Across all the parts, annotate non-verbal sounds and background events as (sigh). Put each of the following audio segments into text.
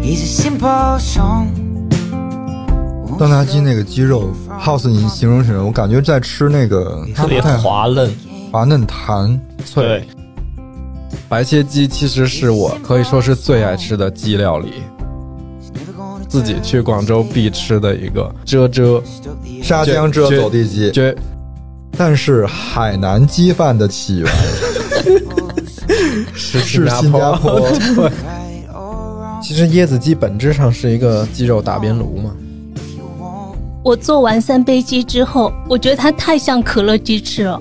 He's a simple song. 邓达鸡那个鸡肉，House 你形容形容，我感觉在吃那个它嗯特不别太滑嫩，滑嫩弹脆。对，白切鸡其实是我可以说是最爱吃的鸡料理，自己去广州必吃的一个遮遮，沙姜绝遮绝走地鸡，绝但是海南鸡饭的起源是 (laughs) 是新加坡，其实椰子鸡本质上是一个鸡肉打边炉嘛，我做完三杯鸡之后，我觉得它太像可乐鸡翅了。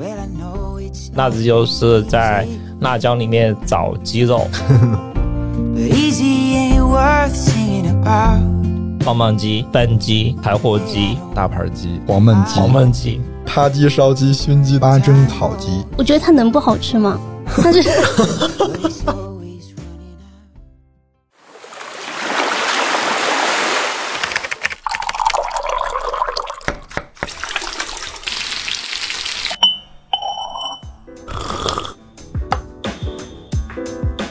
那这就是在辣椒里面找鸡肉， But easy ain't worth singing about. 棒棒鸡、笨鸡、柴火鸡、大盘鸡，黄焖鸡、黄焖鸡。扒鸡、烧鸡、熏鸡、八珍烤鸡。我觉得它能不好吃吗？它是 Always running out.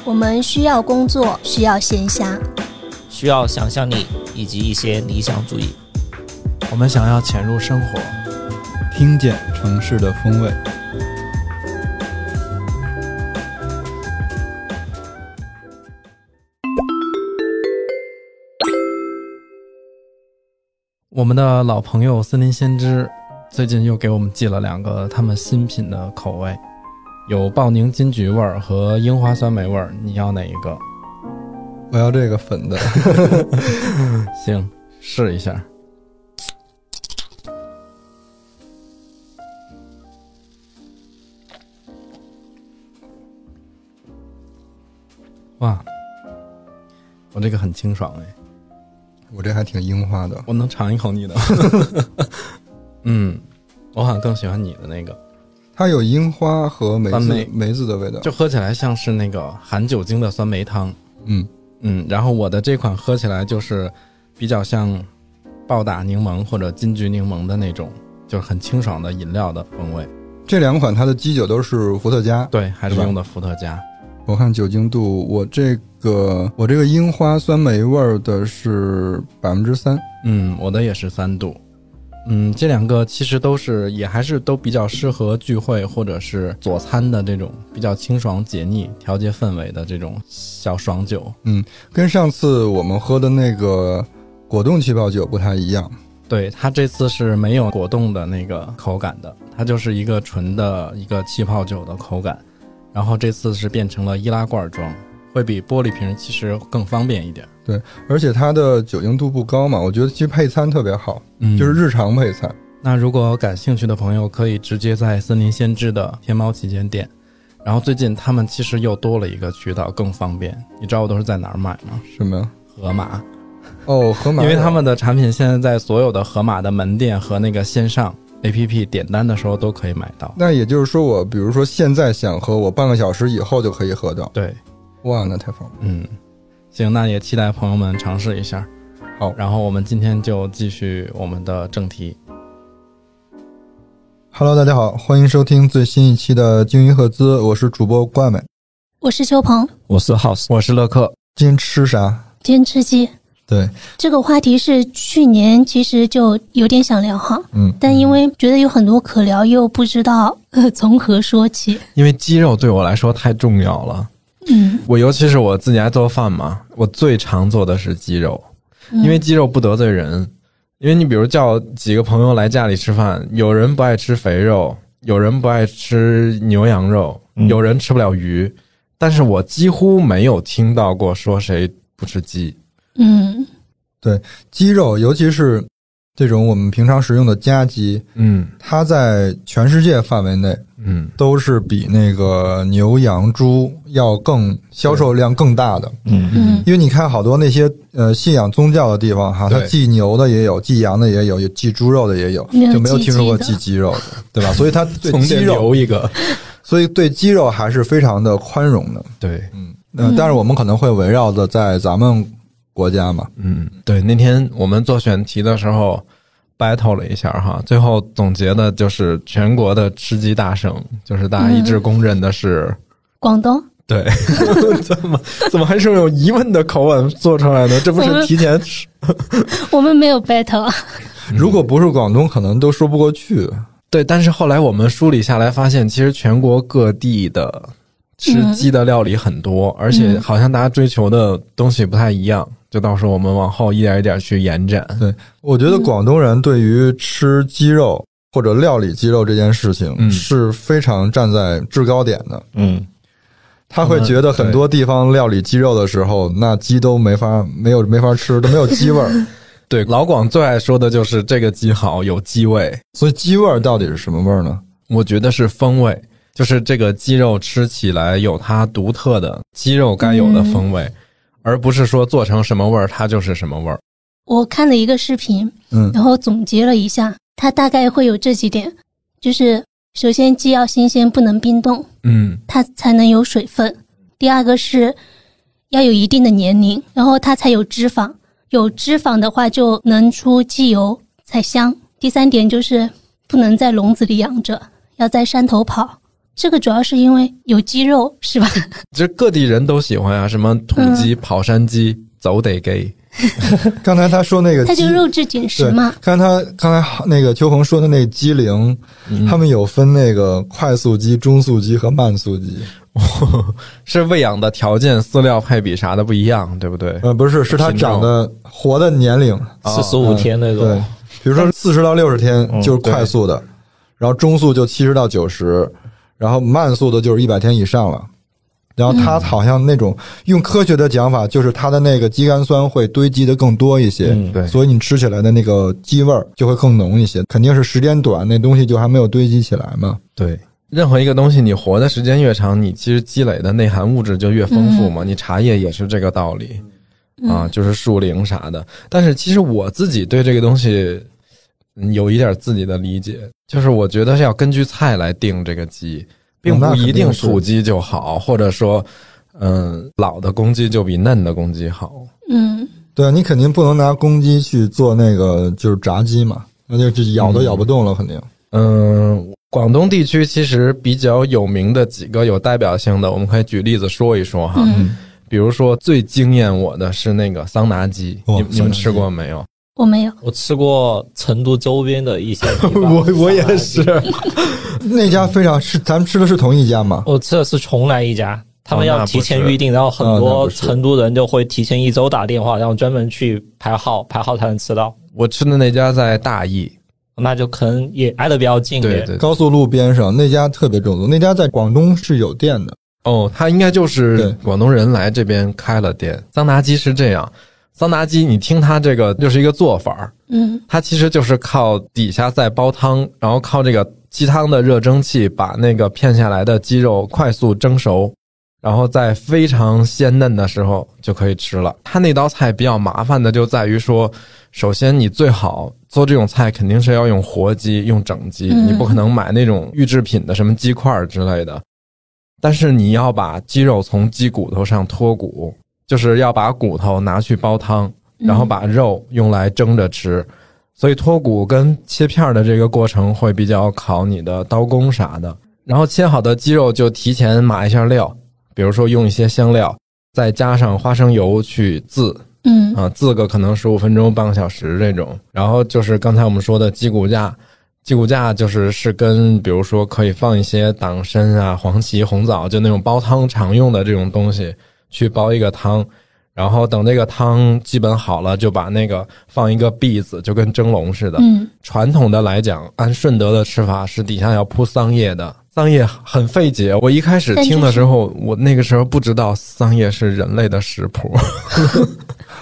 我们需要工作，需要闲暇，需要想象力以及一些理想主义。我们想要潜入生活，听见城市的风味。我们的老朋友森林先知最近又给我们寄了两个他们新品的口味，有爆柠金桔味儿和樱花酸梅味儿，你要哪一个？我要这个粉的， (laughs) 行，试一下。哇，我这个很清爽哎，我这还挺樱花的。我能尝一口 (laughs) 你的吗？嗯，我好像更喜欢你的那个，它有樱花和梅酸梅子梅子的味道。就喝起来像是那个含酒精的酸梅汤。嗯，嗯，然后我的这款喝起来就是比较像暴打柠檬或者金桔柠檬的那种，就是很清爽的饮料的风味。这两款它的基酒都是伏特加。对，还是是吧用的伏特加。我看酒精度，我这个我这个樱花酸梅味儿的是百分之三。嗯，我的也是三度。嗯，这两个其实都是也还是都比较适合聚会或者是佐餐的这种比较清爽解腻、调节氛围的这种小爽酒。跟上次我们喝的那个果冻气泡酒不太一样，对，它这次是没有果冻的那个口感的，它就是一个纯的一个气泡酒的口感。然后这次是变成了易拉罐装，会比玻璃瓶其实更方便一点。而且它的酒精度不高嘛，我觉得其实配餐特别好，嗯就是日常配餐。那如果感兴趣的朋友，可以直接在森林先知的天猫旗舰店。然后最近他们其实又多了一个渠道，更方便。你知道我都是在哪儿买吗？什么呀？盒马，哦，河马因有，为他们的产品现在在所有的盒马的门店和那个线上 APP 点单的时候都可以买到。那也就是说我，比如说现在想喝，我半个小时以后就可以喝到。对，哇，那太方便了。嗯，行，那也期待朋友们尝试一下。好然后我们今天就继续我们的正题。 Hello，大家好，欢迎收听最新一期的《鲸鱼赫兹》，我是主播怪美。我是秋鹏，我是 House，我是乐克，今天吃啥？今天吃鸡。对，这个话题是去年其实就有点想聊哈，嗯，但因为觉得有很多可聊，又不知道呃从何说起。因为鸡肉对我来说太重要了。嗯，我尤其是我自己爱做饭嘛，我最常做的是鸡肉，嗯因为鸡肉不得罪人。因为你比如叫几个朋友来家里吃饭，有人不爱吃肥肉，有人不爱吃牛羊肉，嗯有人吃不了鱼，但是我几乎没有听到过说谁不吃鸡。嗯，鸡肉，尤其是这种我们平常食用的家鸡，嗯它在全世界范围内嗯，都是比那个牛、羊、猪要更销售量更大的。嗯，嗯因为你看好多那些呃信仰宗教的地方哈，它对祭牛的也有，祭羊的也有，也祭猪肉的也有没有，就没有祭听说过鸡祭的鸡肉的，对吧？所以它对从鸡这肉，留一个，所以对鸡肉还是非常的宽容的。 (laughs) 对。呃嗯但是我们可能会围绕着在咱们国家嘛，嗯，对，那天我们做选题的时候 battle 了一下哈，最后总结的就是全国的吃鸡大胜，就是大家一致公认的是广东 (laughs) 对， (laughs) 怎么怎么还是用疑问的口吻做出来的？这不我是们提前？我们没有 battle，啊如果不是广东，可能都说不过去。对，但是后来我们梳理下来，发现其实全国各地的吃鸡的料理很多，而且好像大家追求的东西不太一样。就到时候我们往后一点一点去延展。我觉得广东人对于吃鸡肉或者料理鸡肉这件事情嗯是非常站在制高点的，嗯，他会觉得很多地方料理鸡肉的时候，那鸡都没法没有没法吃，都没有鸡味 (laughs) 儿。对，老广最爱说的就是这个鸡好，有鸡味。所以鸡味儿到底是什么味儿呢？我觉得是风味，就是这个鸡肉吃起来有它独特的鸡肉该有的风味，而不是说做成什么味儿它就是什么味儿。我看了一个视频，嗯然后总结了一下，它大概会有这几点，就是首先鸡要新鲜，不能冰冻，嗯，它才能有水分。第二个是要有一定的年龄，然后它才有脂肪，有脂肪的话就能出鸡油，才香。第三点就是不能在笼子里养着，要在山头跑。这个主要是因为有鸡肉，是吧？其实各地人都喜欢啊，什么土鸡、跑山鸡、走得给。 (laughs) 刚才他说那个它鸡就肉质紧实对嘛。，刚才他刚才那个秋红说的那个鸡零，他们有分那个快速鸡、中速鸡和慢速鸡。是喂养的条件、饲料配比啥的不一样，对不对？呃，不是，是它品种长的活的年龄，四十五天那对种，，比如说四十到六十天嗯就是快速的，然后中速就七十到九十，然后慢速的就是一百天以上了。然后它好像那种用科学的讲法，就是它的那个肌酐酸会堆积的更多一些，嗯对所以你吃起来的那个鸡味儿就会更浓一些。肯定是时间短，那东西就还没有堆积起来嘛。对，任何一个东西，你活的时间越长，你其实积累的内涵物质就越丰富嘛。你茶叶也是这个道理嗯嗯啊，就是树龄啥的。但是其实我自己对这个东西嗯有一点自己的理解，就是我觉得是要根据菜来定这个鸡，并哦那不肯定一定是土鸡就好，或者说。嗯，老的公鸡就比嫩的公鸡好。嗯，对，啊你肯定不能拿公鸡去做那个就是炸鸡嘛，那就就咬都咬不动了，肯定。嗯，广东地区其实比较有名的几个有代表性的，我们可以举例子说一说哈。嗯比如说最惊艳我的是那个桑拿鸡，哇你你们桑拿鸡吃过没有？我没有。我吃过成都周边的一些地方，我我也是，那家非常是，咱们吃的是同一家吗？我吃的是邛崃一家，他们哦那要不提前是预定，然后很哦那多不是成都人就会提前一周打电话，然后专门去排号，排号才能吃到。我吃的那家在大邑，那就可能也挨得比较近一对点。对对高速路边上那家特别正宗，那家在广东是有店的。哦，他应该就是对广东人来这边开了店。桑拿鸡是这样，桑拿鸡你听它这个就是一个做法儿，嗯它其实就是靠底下在煲汤，然后靠这个鸡汤的热蒸汽把那个片下来的鸡肉快速蒸熟，然后在非常鲜嫩的时候就可以吃了。它那道菜比较麻烦的就在于说，首先你最好做这种菜肯定是要用活鸡，用整鸡，嗯你不可能买那种预制品的什么鸡块儿之类的。但是你要把鸡肉从鸡骨头上脱骨，就是要把骨头拿去煲汤，嗯然后把肉用来蒸着吃。所以脱骨跟切片儿的这个过程会比较考你的刀工啥的。然后切好的鸡肉就提前码一下料，比如说用一些香料，再加上花生油去渍嗯啊，渍个可能十五分钟、半个小时这种。然后就是刚才我们说的鸡骨架，鸡骨架就是是跟比如说可以放一些党参啊、黄芪、红枣，就那种煲汤常用的这种东西去煲一个汤。然后等这个汤基本好了，就把那个放一个篦子，就跟蒸笼似的。嗯传统的来讲，按顺德的吃法是底下要铺桑叶的，桑叶很费解。我一开始听的时候，我那个时候不知道桑叶是人类的食谱。 (laughs)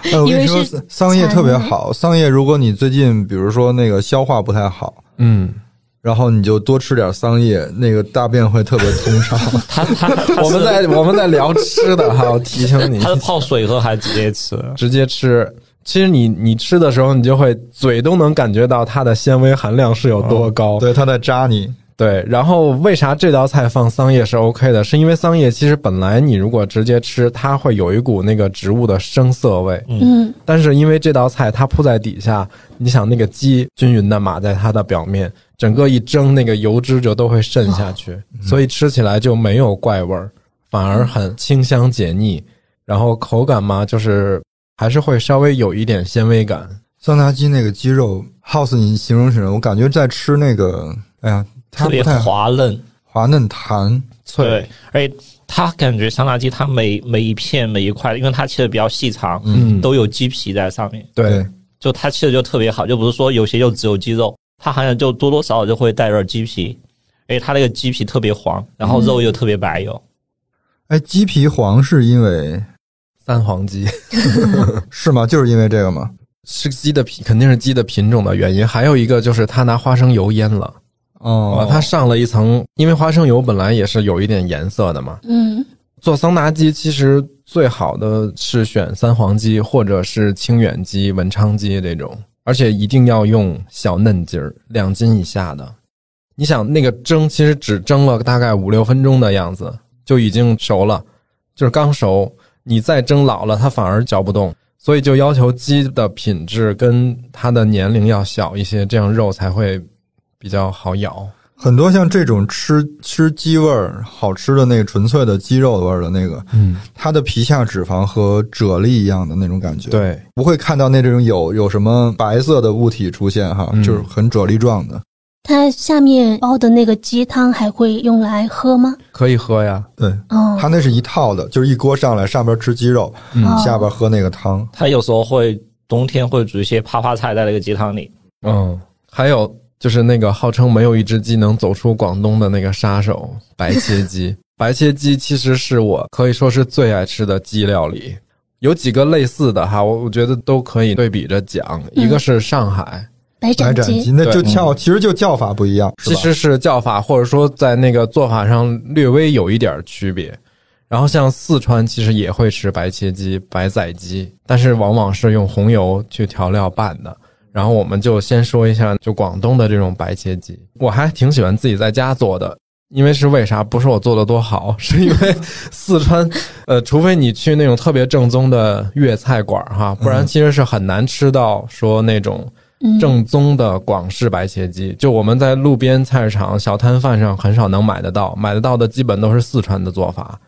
哎，我跟你因说为是，桑叶特别好。桑叶，如果你最近比如说那个消化不太好，嗯，然后你就多吃点桑叶，那个大便会特别通 (laughs) 畅。他他他我们是在我们在聊吃的哈，我提醒你 (laughs) 他，是泡水喝还是直接吃？直接吃。其实你你吃的时候，你就会嘴都能感觉到它的纤维含量是有哦多高。对，它在扎你。对，然后为啥这道菜放桑叶是 OK 的？是因为桑叶其实本来你如果直接吃，它会有一股那个植物的生涩味。嗯但是因为这道菜它铺在底下，你想那个鸡均匀的码在它的表面，整个一蒸，那个油脂就都会渗下去，所以吃起来就没有怪味儿，反而很清香解腻。然后口感嘛，就是还是会稍微有一点鲜味感。桑拿鸡那个鸡肉，House 你形容形容，我感觉在吃那个，哎呀，它特不别太滑嫩，滑嫩弹，对，而且它感觉香辣鸡，它每每一片每一块，因为它切的比较细长，嗯，都有鸡皮在上面，对，就它切的就特别好，就不是说有些就只有鸡肉，它好像就多多少少就会带点鸡皮，而且它那个鸡皮特别黄，然后肉又特别白油，哎，鸡皮黄是因为三黄鸡 (laughs) 是吗？就是因为这个吗？是鸡的品，肯定是鸡的品种的原因。还有一个就是它拿花生油腌了，哦啊，，它上了一层，因为花生油本来也是有一点颜色的嘛。嗯，做桑拿鸡其实最好的是选三黄鸡或者是清远鸡、文昌鸡这种，而且一定要用小嫩鸡儿，两斤以下的。你想那个蒸，其实只蒸了大概五六分钟的样子，就已经熟了，就是刚熟。你再蒸老了，它反而嚼不动，所以就要求鸡的品质跟它的年龄要小一些，这样肉才会比较好咬。很多像这种吃吃鸡味儿好吃的那个纯粹的鸡肉味儿的那个，嗯，它的皮下脂肪和啫喱一样的那种感觉，，对，不会看到那这种有有什么白色的物体出现哈，嗯就是很啫喱状的。它下面煲的那个鸡汤还会用来喝吗？可以喝呀。对，哦，它那是一套的，就是一锅上来，上边吃鸡肉，嗯哦下边喝那个汤。它有时候会冬天会煮一些啪啪菜在那个鸡汤里，嗯，还有就是那个号称没有一只鸡能走出广东的那个杀手 (laughs) 白切鸡。白切鸡其实是我可以说是最爱吃的鸡料理，有几个类似的哈，我我觉得都可以对比着讲。一个是上海，白白斩斩鸡鸡，那就对嗯叫，其实就叫法不一样，是其吧？实是叫法或者说在那个做法上略微有一点区别。然后像四川其实也会吃白切鸡、白宰鸡，但是往往是用红油去调料拌的。然后我们就先说一下，就广东的这种白切鸡，我还挺喜欢自己在家做的，因为是为啥？不是我做的多好， (laughs) 是因为四川，呃，除非你去那种特别正宗的粤菜馆儿哈，嗯不然其实是很难吃到说那种嗯，正宗的广式白切鸡，就我们在路边菜市场、小摊贩上很少能买得到，买得到的基本都是四川的做法。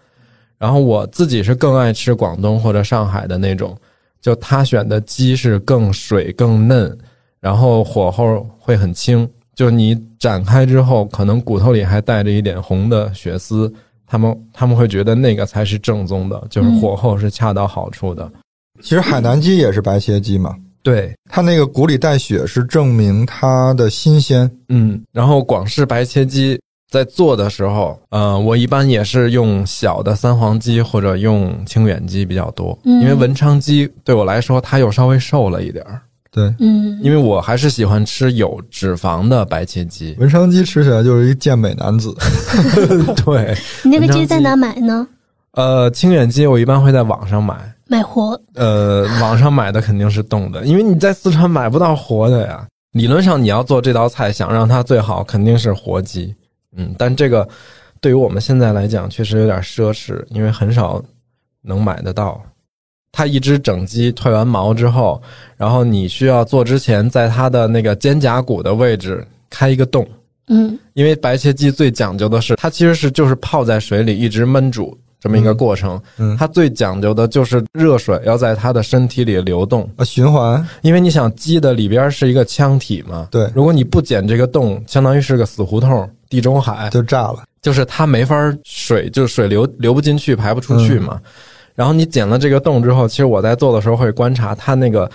然后我自己是更爱吃广东或者上海的那种，就他选的鸡是更水更嫩，然后火候会很轻，就你展开之后，可能骨头里还带着一点红的血丝，他们他们会觉得那个才是正宗的，就是火候是恰到好处的。其实海南鸡也是白切鸡嘛，对，它那个骨里带血是证明它的新鲜。嗯，然后广式白切鸡在做的时候，呃，我一般也是用小的三黄鸡或者用清远鸡比较多，嗯因为文昌鸡对我来说它又稍微瘦了一点儿，对，嗯，因为我还是喜欢吃有脂肪的白切鸡。 (laughs) 文昌鸡吃起来就是一健美男子，对，你那个文鸡章在鸡哪买呢？呃，清远鸡我一般会在网上买，买活，呃，网上买的肯定是冻的，因为你在四川买不到活的呀。理论上你要做这道菜，想让它最好，肯定是活鸡。嗯，但这个对于我们现在来讲，确实有点奢侈，因为很少能买得到。它一只整鸡褪完毛之后，然后你需要做之前，在它的那个肩胛骨的位置开一个洞，嗯因为白切鸡最讲究的是，它其实是就是泡在水里一直焖煮这么一个过程。嗯嗯它最讲究的就是热水要在它的身体里流动，啊，循环因为你想鸡的里边是一个腔体嘛，对如果你不剪这个洞，相当于是个死胡同。地中海就炸了。就是它没法儿水，就是水流流不进去，排不出去嘛。然后你剪了这个洞之后，其实我在做的时候会观察它那个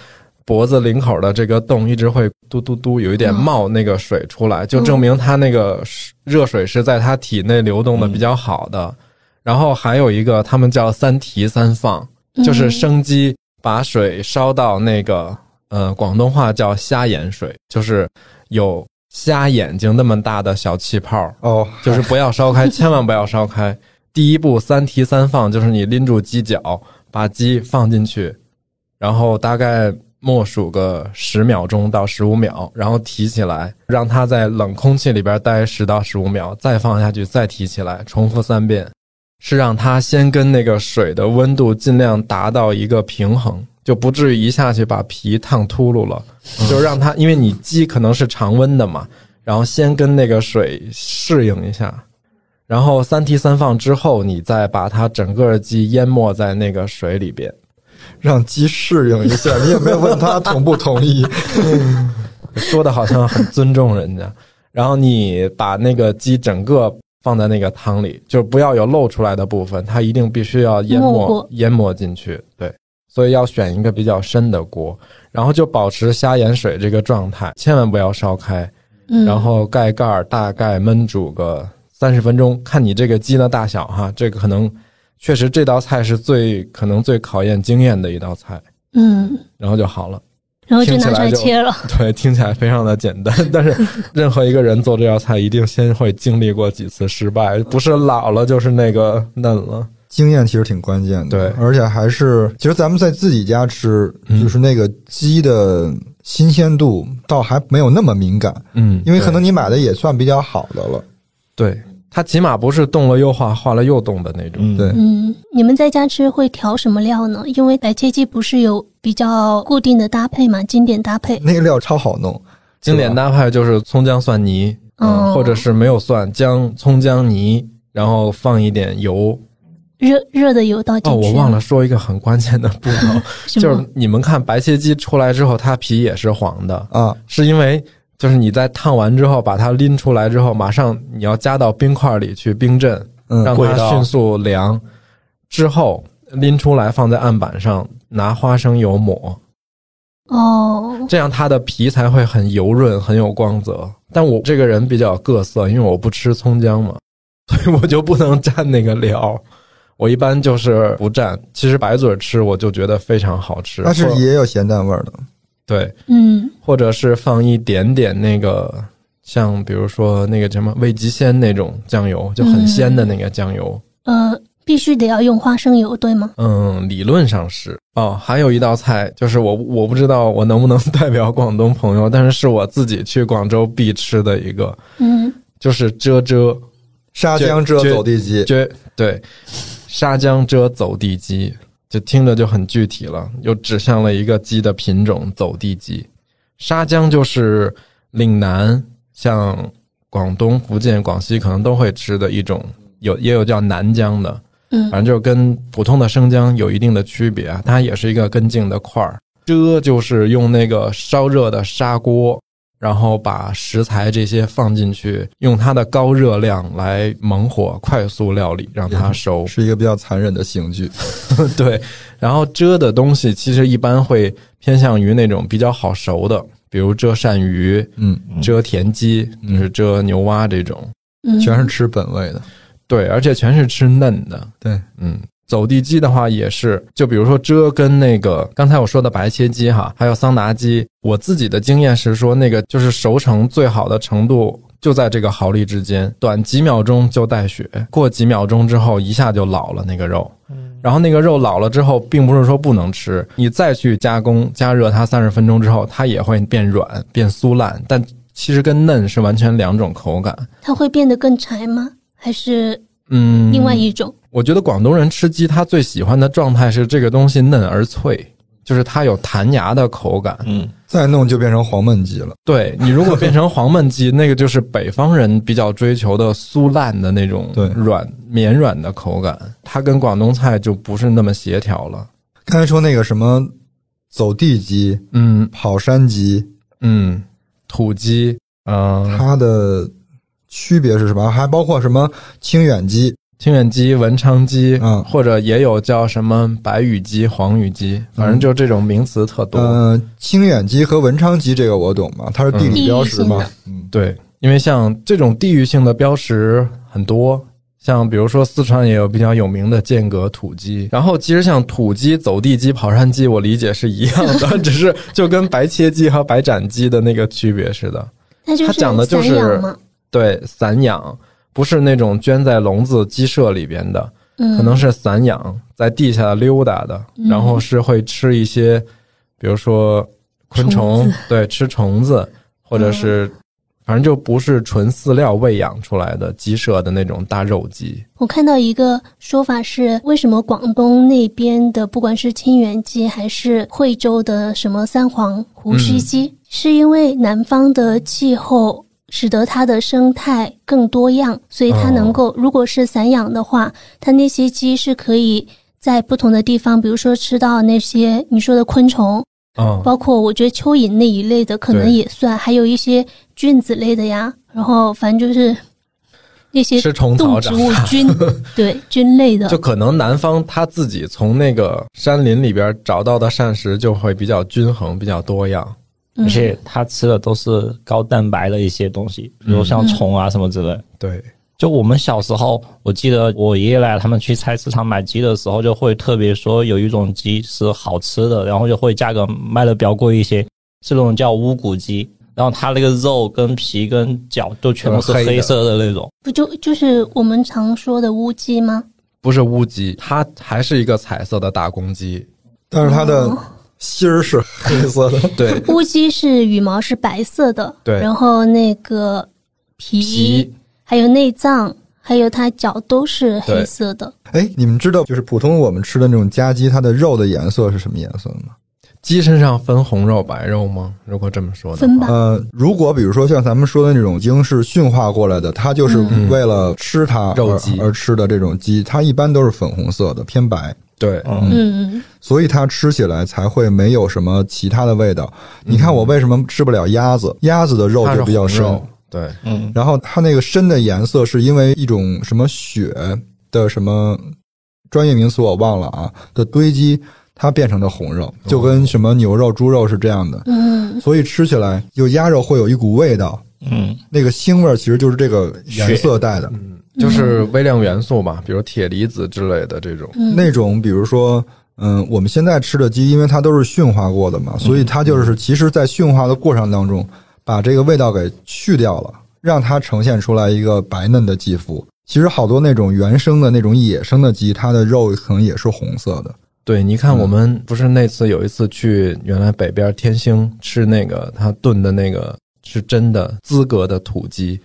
脖子领口的这个洞一直会嘟嘟嘟，有一点冒那个水出来，就证明它那个水热水是在它体内流动的比较好的。然后还有一个，他们叫三提三放，嗯就是生鸡把水烧到那个，呃，广东话叫虾眼水，就是有虾眼睛那么大的小气泡，哦，就是不要烧开，千万不要烧开。第一步三提三放，就是你拎住鸡脚，把鸡放进去，然后大概默数个十秒钟到十五秒，然后提起来，让它在冷空气里边待十到十五秒，再放下去，再提起来，重复三遍，是让它先跟那个水的温度尽量达到一个平衡。就不至于一下去把皮烫秃噜了，嗯就是让它，因为你鸡可能是常温的嘛，然后先跟那个水适应一下，然后三提三放之后，你再把它整个鸡淹没在那个水里边。让鸡适应一下。你也没有问他同不同意，说的好像很尊重人家。然后你把那个鸡整个放在那个汤里，就不要有露出来的部分，它一定必须要淹没没过淹没进去。对，所以要选一个比较深的锅，然后就保持虾盐水这个状态，千万不要烧开。嗯，然后盖盖儿大概焖煮个三十分钟，看你这个鸡的大小哈。这个可能确实这道菜是最可能最考验经验的一道菜，嗯，然后就好了。然后就拿听起出来来就切了， (laughs) 对，听起来非常的简单，但是任何一个人做这道菜，一定先会经历过几次失败，不是老了就是那个嫩了。经验其实挺关键的。对而且还是，其实咱们在自己家吃，嗯就是那个鸡的新鲜度倒还没有那么敏感，嗯因为可能你买的也算比较好的了。对它起码不是动了又化，化了又动的那种。对，嗯，你们在家吃会调什么料呢？因为白切鸡不是有比较固定的搭配嘛，经典搭配。那个料超好弄，经典搭配就是葱姜蒜泥，哦嗯，或者是没有蒜，姜葱姜泥，然后放一点油。热热的油倒进哦，去。我忘了说一个很关键的步骤， (laughs) 什就么，是你们看白切鸡出来之后，它皮也是黄的，啊，是因为就是你在烫完之后把它拎出来之后，马上你要加到冰块里去冰镇，嗯，让味它道迅速凉，之后拎出来放在案板上，拿花生油抹，哦，这样它的皮才会很油润，很有光泽。但我这个人比较各色，因为我不吃葱姜嘛， (laughs) 所以我就不能蘸那个料。我一般就是不蘸，其实白嘴吃我就觉得非常好吃。但是或也有咸淡味儿的。对，嗯，或者是放一点点那个，像比如说那个叫什么味极鲜那种酱油，就很鲜的那个酱油。呃，必须得要用花生油，对吗？嗯，理论上是哦。还有一道菜，就是我我不知道我能不能代表广东朋友，但是是我自己去广州必吃的一个，嗯，就是遮遮沙姜遮绝走地鸡，遮对，沙姜遮走地鸡，就听着就很具体了，又指向了一个鸡的品种——走地鸡。沙姜就是岭南，像广东、福建、广西可能都会吃的一种，有也有叫南姜的。嗯反正就是跟普通的生姜有一定的区别啊，它也是一个根茎的块儿。遮就是用那个烧热的砂锅，然后把食材这些放进去，用它的高热量来猛火快速料理，让它熟。嗯是一个比较残忍的刑具。对，然后遮的东西其实一般会偏向于那种比较好熟的，比如遮鳝鱼、嗯，遮田鸡，就是遮牛蛙这种。嗯，全是吃本味的。对，而且全是吃嫩的。对，嗯，走地鸡的话也是，就比如说遮跟那个刚才我说的白切鸡哈，还有桑拿鸡，我自己的经验是说，那个就是熟成最好的程度。就在这个毫厘之间，短几秒钟就带血，过几秒钟之后一下就老了那个肉，然后那个肉老了之后，并不是说不能吃，你再去加工加热它三十分钟之后，它也会变软变酥烂，但其实跟嫩是完全两种口感。它会变得更柴吗？还是嗯，另外一种？我觉得广东人吃鸡，他最喜欢的状态是这个东西嫩而脆，就是它有弹牙的口感。嗯，再弄就变成黄焖鸡了。对你如果变成黄焖鸡，那个就是北方人比较追求的酥烂的那种对软绵软的口感，它跟广东菜就不是那么协调了。刚才说那个什么走地鸡、嗯跑山鸡，嗯，土鸡，嗯、它的区别是什么？还包括什么清远鸡？清远鸡、文昌鸡，嗯或者也有叫什么白羽鸡、黄羽鸡，反正就这种名词特多。嗯、清远鸡和文昌鸡这个我懂嘛，它是地理标识嘛。嗯，对，因为像这种地域性的标识很多，像比如说四川也有比较有名的剑阁土鸡，然后其实像土鸡、走地鸡、跑山鸡，我理解是一样的， (laughs) 只是就跟白切鸡和白斩鸡的那个区别似的。它就它是讲的就是散养嘛，对，散养不是那种圈在笼子鸡舍里边的，嗯，可能是散养在地下溜达的，嗯然后是会吃一些，比如说昆虫，对，吃虫子，嗯或者是、反正就不是纯饲料喂养出来的鸡舍的那种大肉鸡。我看到一个说法是，为什么广东那边的不管是清远鸡还是惠州的什么三黄胡须鸡，是因为南方的气候使得它的生态更多样，所以它哦能够，如果是散养的话，它那些鸡是可以在不同的地方，比如说吃到那些你说的昆虫，嗯，包括我觉得蚯蚓那一类的可能对也算，还有一些菌子类的呀，然后反正就是那些吃虫动草植长物大，菌，对菌类的 (laughs) 就，可能南方他自己从那个山林里边找到的膳食就会比较均衡，比较多样。嗯而，且它吃的都是高蛋白的一些东西，比如像虫啊什么之类。对，就我们小时候，我记得我爷爷奶奶他们去菜市场买鸡的时候，就会特别说有一种鸡是好吃的，然后就会价格卖的比较贵一些，这种叫乌骨鸡。然后它那个肉跟皮跟脚都全部是都是黑的黑色的那种，不就就是我们常说的乌鸡吗？不是乌鸡，它还是一个彩色的大公鸡。但是它的心儿是黑色的，对嗯乌鸡是羽毛是白色的， (laughs) 对然后那个皮皮还有内脏，还有它脚都是黑色的。 (laughs) 哎，你们知道就是普通我们吃的那种家鸡，它的肉的颜色是什么颜色吗？鸡身上分红肉、白肉吗？如果这么说的分 (laughs) 话，吧呃，如果比如说像咱们说的那种已经是驯化过来的，它就是嗯为了吃它而、肉鸡而吃的这种鸡，它一般都是粉红色的，偏白，对，嗯嗯，所以它吃起来才会没有什么其他的味道。你看我为什么吃不了鸭子？鸭子的肉嗯它是就比较红深，肉。对，嗯，然后它那个深的颜色是因为一种什么血的什么专业名词我忘了啊的堆积，它变成的红肉，就跟什么牛肉、猪肉是这样的，嗯，所以吃起来就鸭肉会有一股味道，嗯，那个腥味儿其实就是这个颜色带的。就是微量元素吧，比如铁离子之类的这种。那种比如说，嗯，我们现在吃的鸡，因为它都是驯化过的嘛，所以它就是其实，在驯化的过程当中，把这个味道给去掉了，让它呈现出来一个白嫩的肌肤。其实好多那种原生的那种野生的鸡，它的肉可能也是红色的。对，你看，我们不是那次有一次去原来北边天星吃那个他炖的那个是真的资格的土鸡，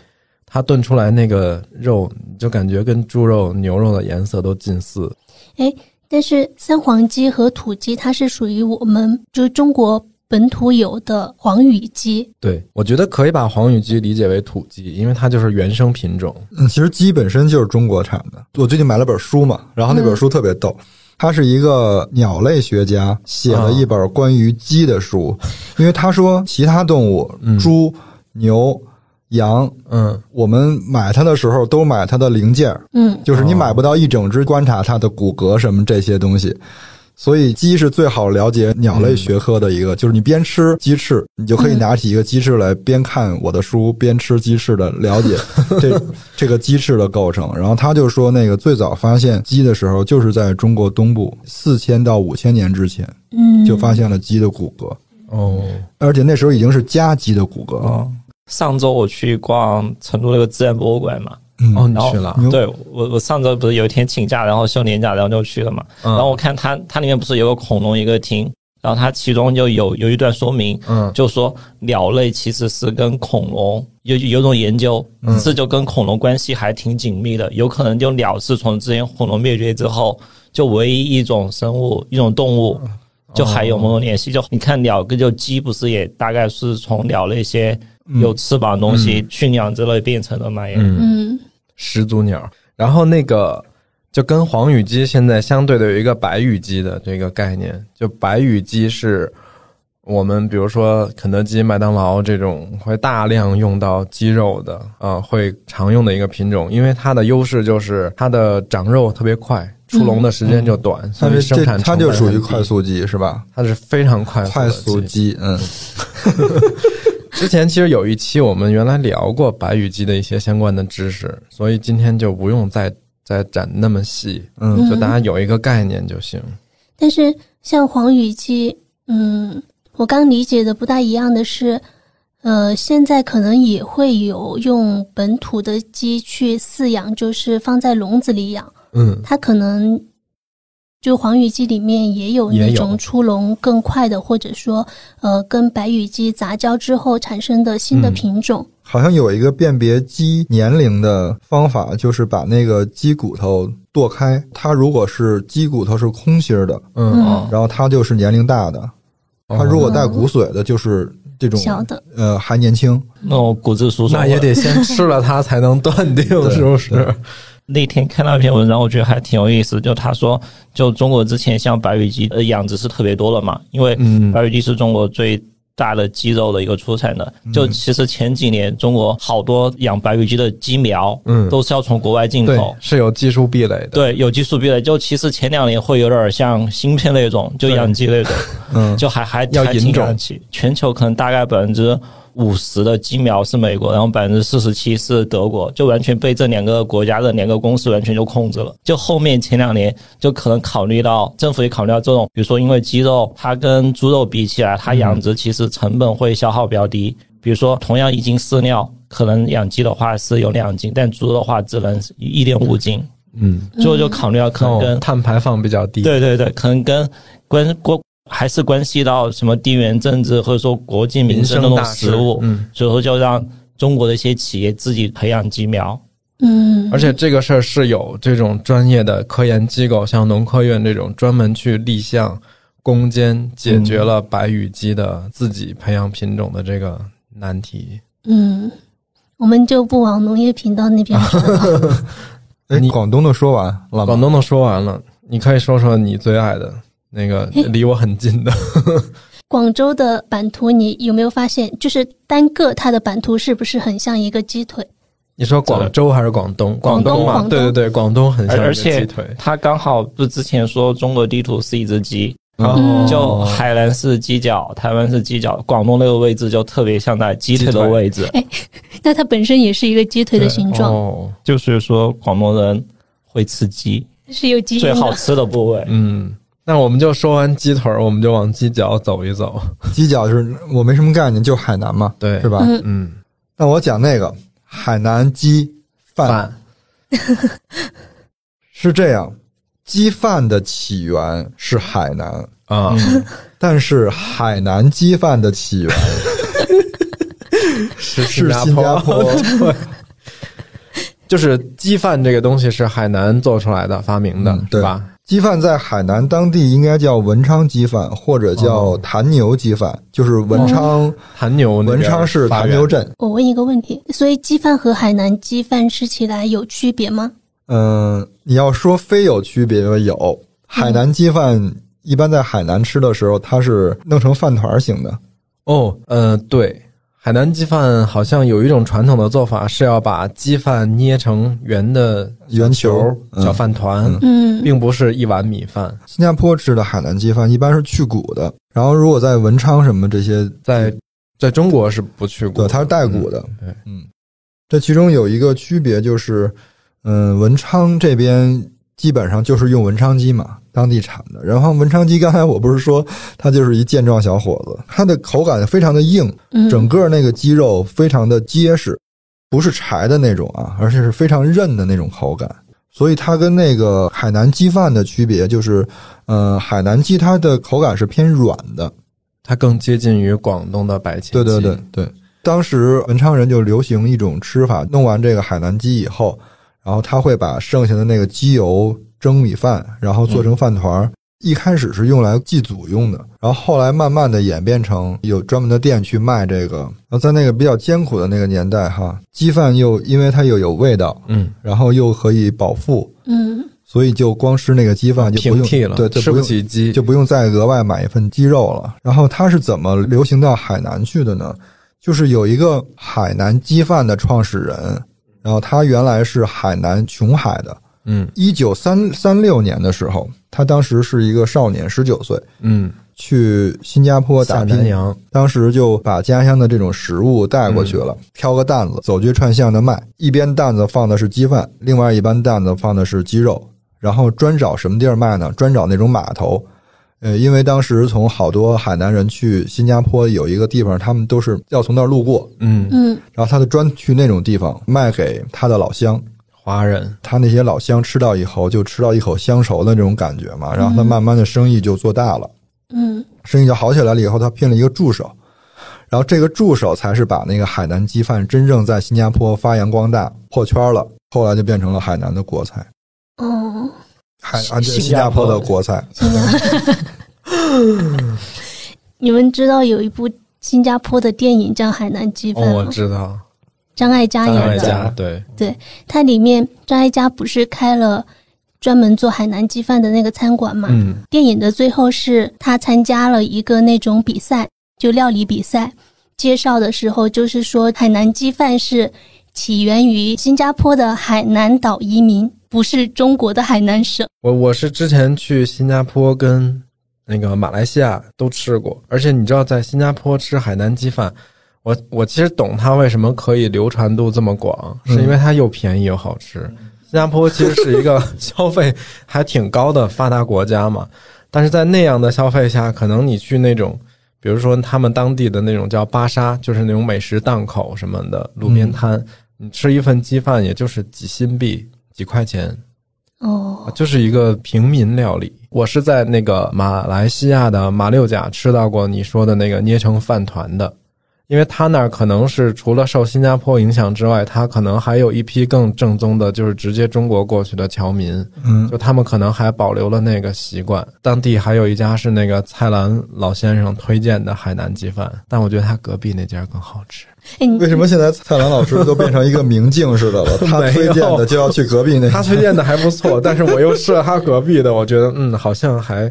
他炖出来那个肉，你就感觉跟猪肉、牛肉的颜色都近似。但是三黄鸡和土鸡它是属于我们就是中国本土有的黄羽鸡，对，我觉得可以把黄羽鸡理解为土鸡，因为它就是原生品种。嗯，其实鸡本身就是中国产的。我最近买了本书嘛，然后那本书特别逗。他是一个鸟类学家，写了一本关于鸡的书，因为他说其他动物，猪、牛、羊，嗯，我们买它的时候都买它的零件儿，嗯，就是哦你买不到一整只观察它的骨骼什么这些东西。所以鸡是最好了解鸟类学科的一个，就是你边吃鸡翅，你就可以拿起一个鸡翅来，边看我的书边吃鸡翅的了 (laughs) 解这这个鸡翅的构成。然后他就说，那个最早发现鸡的时候，就是在中国东部四千到五千年之前嗯，就发现了鸡的骨骼，哦，而且那时候已经是家鸡的骨骼了。上周我去逛成都那个自然博物馆嘛，哦，你然后去了，牛对我我上周不是有一天请假，然后休年假，然后就去了嘛。嗯然后我看它它里面不是有个恐龙一个厅，然后它其中就有有一段说明，嗯就说鸟类其实是跟恐龙有有种研究，嗯是就跟恐龙关系还挺紧密的，有可能就鸟是从之前恐龙灭绝之后，就唯一一种生物一种动物。嗯就还哦有某种联系，就你看鸟跟就鸡不是也大概是从鸟那些有翅膀的东西驯养之类变成的嘛？也，嗯，嗯始祖鸟。然后那个就跟黄羽鸡现在相对的有一个白羽鸡的这个概念，就白羽鸡是我们比如说肯德基、麦当劳这种会大量用到鸡肉的啊、呃会常用的一个品种，因为它的优势就是它的长肉特别快，出笼的时间就短，所但以是生这产嗯它成就本属于很低快，速鸡是吧？它是非常快速的快速鸡鸡，嗯，之前其实有一期我们原来聊过白羽鸡的一些相关的知识，所以今天就不用再再展那么细，嗯就大家有一个概念就行。但是像黄羽鸡，嗯，我刚理解的不大一样的是，呃，现在可能也会有用本土的鸡去饲养，就是放在笼子里养，嗯，它可能。就黄羽鸡里面也有也那有种出笼更快的，或者说，呃，跟白羽鸡杂交之后产生的新的嗯品种。好像有一个辨别鸡年龄的方法，就是把那个鸡骨头剁开，它如果是鸡骨头是空心儿的，嗯嗯然后它就是年龄大的；哦它如果带骨髓的，就是这种小的，呃还年轻。那我骨质疏松那了。也得先吃了它才能断定是不是？那天看到一篇文章，我觉得还挺有意思。就他说，就中国之前像白羽鸡呃养殖是特别多了嘛，因为嗯白羽鸡是中国最大的鸡肉的一个出产的。嗯就其实前几年中国好多养白羽鸡的鸡苗，嗯都是要从国外进对口，。是有技术壁垒的。对，有机树壁垒，就其实前两年会有点像芯片那种，就养鸡那种，嗯，就还还要还引挺种洋气。全球可能大概百分之五十的鸡苗是美国，然后百分之四十七是德国，就完全被这两个国家的两个公司完全就控制了。就后面前两年就可能考虑到政府也考虑到这种，比如说因为鸡肉它跟猪肉比起来，它嗯养殖其实成本会消耗比较低。比如说，同样一斤饲料，可能养鸡的话是有两斤，但猪的话只能一点五斤。嗯，最后就考虑到可能跟、哦碳排放比较低。对对对，可能跟关国还是关系到什么地缘政治或者说国计民生那种食物，嗯，所以说就让中国的一些企业自己培养鸡苗。嗯，而且这个事儿是有这种专业的科研机构，像农科院这种专门去立项攻坚，解决了白羽鸡的自己培养品种的这个难题。嗯，我们就不往农业频道那边说 (laughs) 了。啊哎你，广东的说完了广吗？东的说完了，你可以说说你最爱的那个哎离我很近的，广州的版图，你有没有发现，就是单个它的版图是不是很像一个鸡腿？你说广州还是广东？广东东嘛，广东对对对，广东很像一而个而且鸡腿。他刚好不是之前说中国地图是一只鸡，嗯就海南是鸡脚，台湾是鸡脚，广东那个位置就特别像在鸡腿鸡的腿位置，那它本身也是一个鸡腿的形状，哦，就是说广东人会吃鸡，是有基因最好的。吃的部位。嗯，那我们就说完鸡腿儿，我们就往鸡脚走一走。鸡脚就是我没什么概念，就海南嘛，对是吧？嗯嗯，那我讲那个海南鸡饭饭是这样，鸡饭的起源是海南，啊， (laughs) 但是海南鸡饭的起源是是新加 (laughs) 坡。就是鸡饭这个东西是海南做出来的、发明的，嗯对是吧？鸡饭在海南当地应该叫文昌鸡饭，或者叫潭牛鸡饭，就是文昌韩牛那边文昌市发潭源牛镇。我问一个问题，所以鸡饭和海南鸡饭吃起来有区别吗？嗯，你要说非有区别吗？有，海南鸡饭一般在海南吃的时候，它是弄成饭团儿型的。哦，呃，对，海南鸡饭好像有一种传统的做法是要把鸡饭捏成圆的圆球球、嗯小饭团，嗯，并不是一碗米饭。新加坡吃的海南鸡饭一般是去骨的，然后如果在文昌什么这些，在在中国是不去过对，的，它是带骨的。嗯对嗯，这其中有一个区别就是，嗯，文昌这边基本上就是用文昌鸡嘛，当地产的。然后文昌鸡，刚才我不是说它就是一健壮小伙子，它的口感非常的硬，嗯整个那个鸡肉非常的结实，不是柴的那种啊，而且是非常韧的那种口感。所以它跟那个海南鸡饭的区别就是，呃，海南鸡它的口感是偏软的，它更接近于广东的白切对鸡。对对对。当时文昌人就流行一种吃法，弄完这个海南鸡以后，然后他会把剩下的那个鸡油蒸米饭，然后做成饭团儿。一开始是用来祭祖用的，然后后来慢慢的演变成有专门的店去卖这个。然后在那个比较艰苦的那个年代，哈，鸡饭又因为它又有味道，嗯，然后又可以饱腹，嗯所以就光吃那个鸡饭就不平用替了，对，就吃不不用起鸡就不用再额外买一份鸡肉了。然后它是怎么流行到海南去的呢？就是有一个海南鸡饭的创始人，然后他原来是海南琼海的。嗯一九三三六年的时候，他当时是一个少年，十九岁，嗯，去新加坡打大南拼，洋当时就把家乡的这种食物带过去了，挑个担子走街串巷的卖，一边担子放的是鸡饭，另外一边担子放的是鸡肉，然后专找什么地儿卖呢？专找那种码头。呃，因为当时从好多海南人去新加坡有一个地方，他们都是要从那儿路过，嗯，嗯然后他就专去那种地方卖给他的老乡。华人他那些老乡吃到以后，就吃到一口乡愁的那种感觉嘛，然后他慢慢的生意就做大了。嗯生意就好起来了以后，他聘了一个助手，然后这个助手才是把那个海南鸡饭真正在新加坡发扬光大，破圈了。后来就变成了海南的国菜，哦，海新啊，对新 (laughs) 新加加坡坡的国菜。行啊。你们知道有一部新加坡的电影叫《海南鸡哦饭》，我吗？知道，张艾嘉张艾演的，嘉对，它里面张艾嘉不是开了专门做海南鸡饭的那个餐馆嘛？嗯，电影的最后是他参加了一个那种比赛，就料理比赛。介绍的时候就是说，海南鸡饭是起源于新加坡的海南岛移民，不是中国的海南省。我我是之前去新加坡跟那个马来西亚都吃过，而且你知道在新加坡吃海南鸡饭，我我其实懂它为什么可以流传度这么广，是因为它又便宜又好吃。新加坡其实是一个 (laughs) 消费还挺高的发达国家嘛，但是在那样的消费下，可能你去那种。比如说，他们当地的那种叫巴沙，就是那种美食档口什么的路边摊，你吃一份鸡饭也就是几新币、几块钱，哦，啊就是一个平民料理。我是在那个马来西亚的马六甲吃到过你说的那个捏成饭团的，因为他那儿可能是除了受新加坡影响之外，他可能还有一批更正宗的，就是直接中国过去的侨民，嗯就他们可能还保留了那个习惯。当地还有一家是那个蔡澜老先生推荐的海南鸡饭，但我觉得他隔壁那家更好吃。哎，你为什么现在蔡澜老师都变成一个明镜似的 (laughs) 了？他没有推荐的就要去隔壁那 (laughs) 他推荐的还不错，但是我又吃了他隔壁的，我觉得嗯，好像还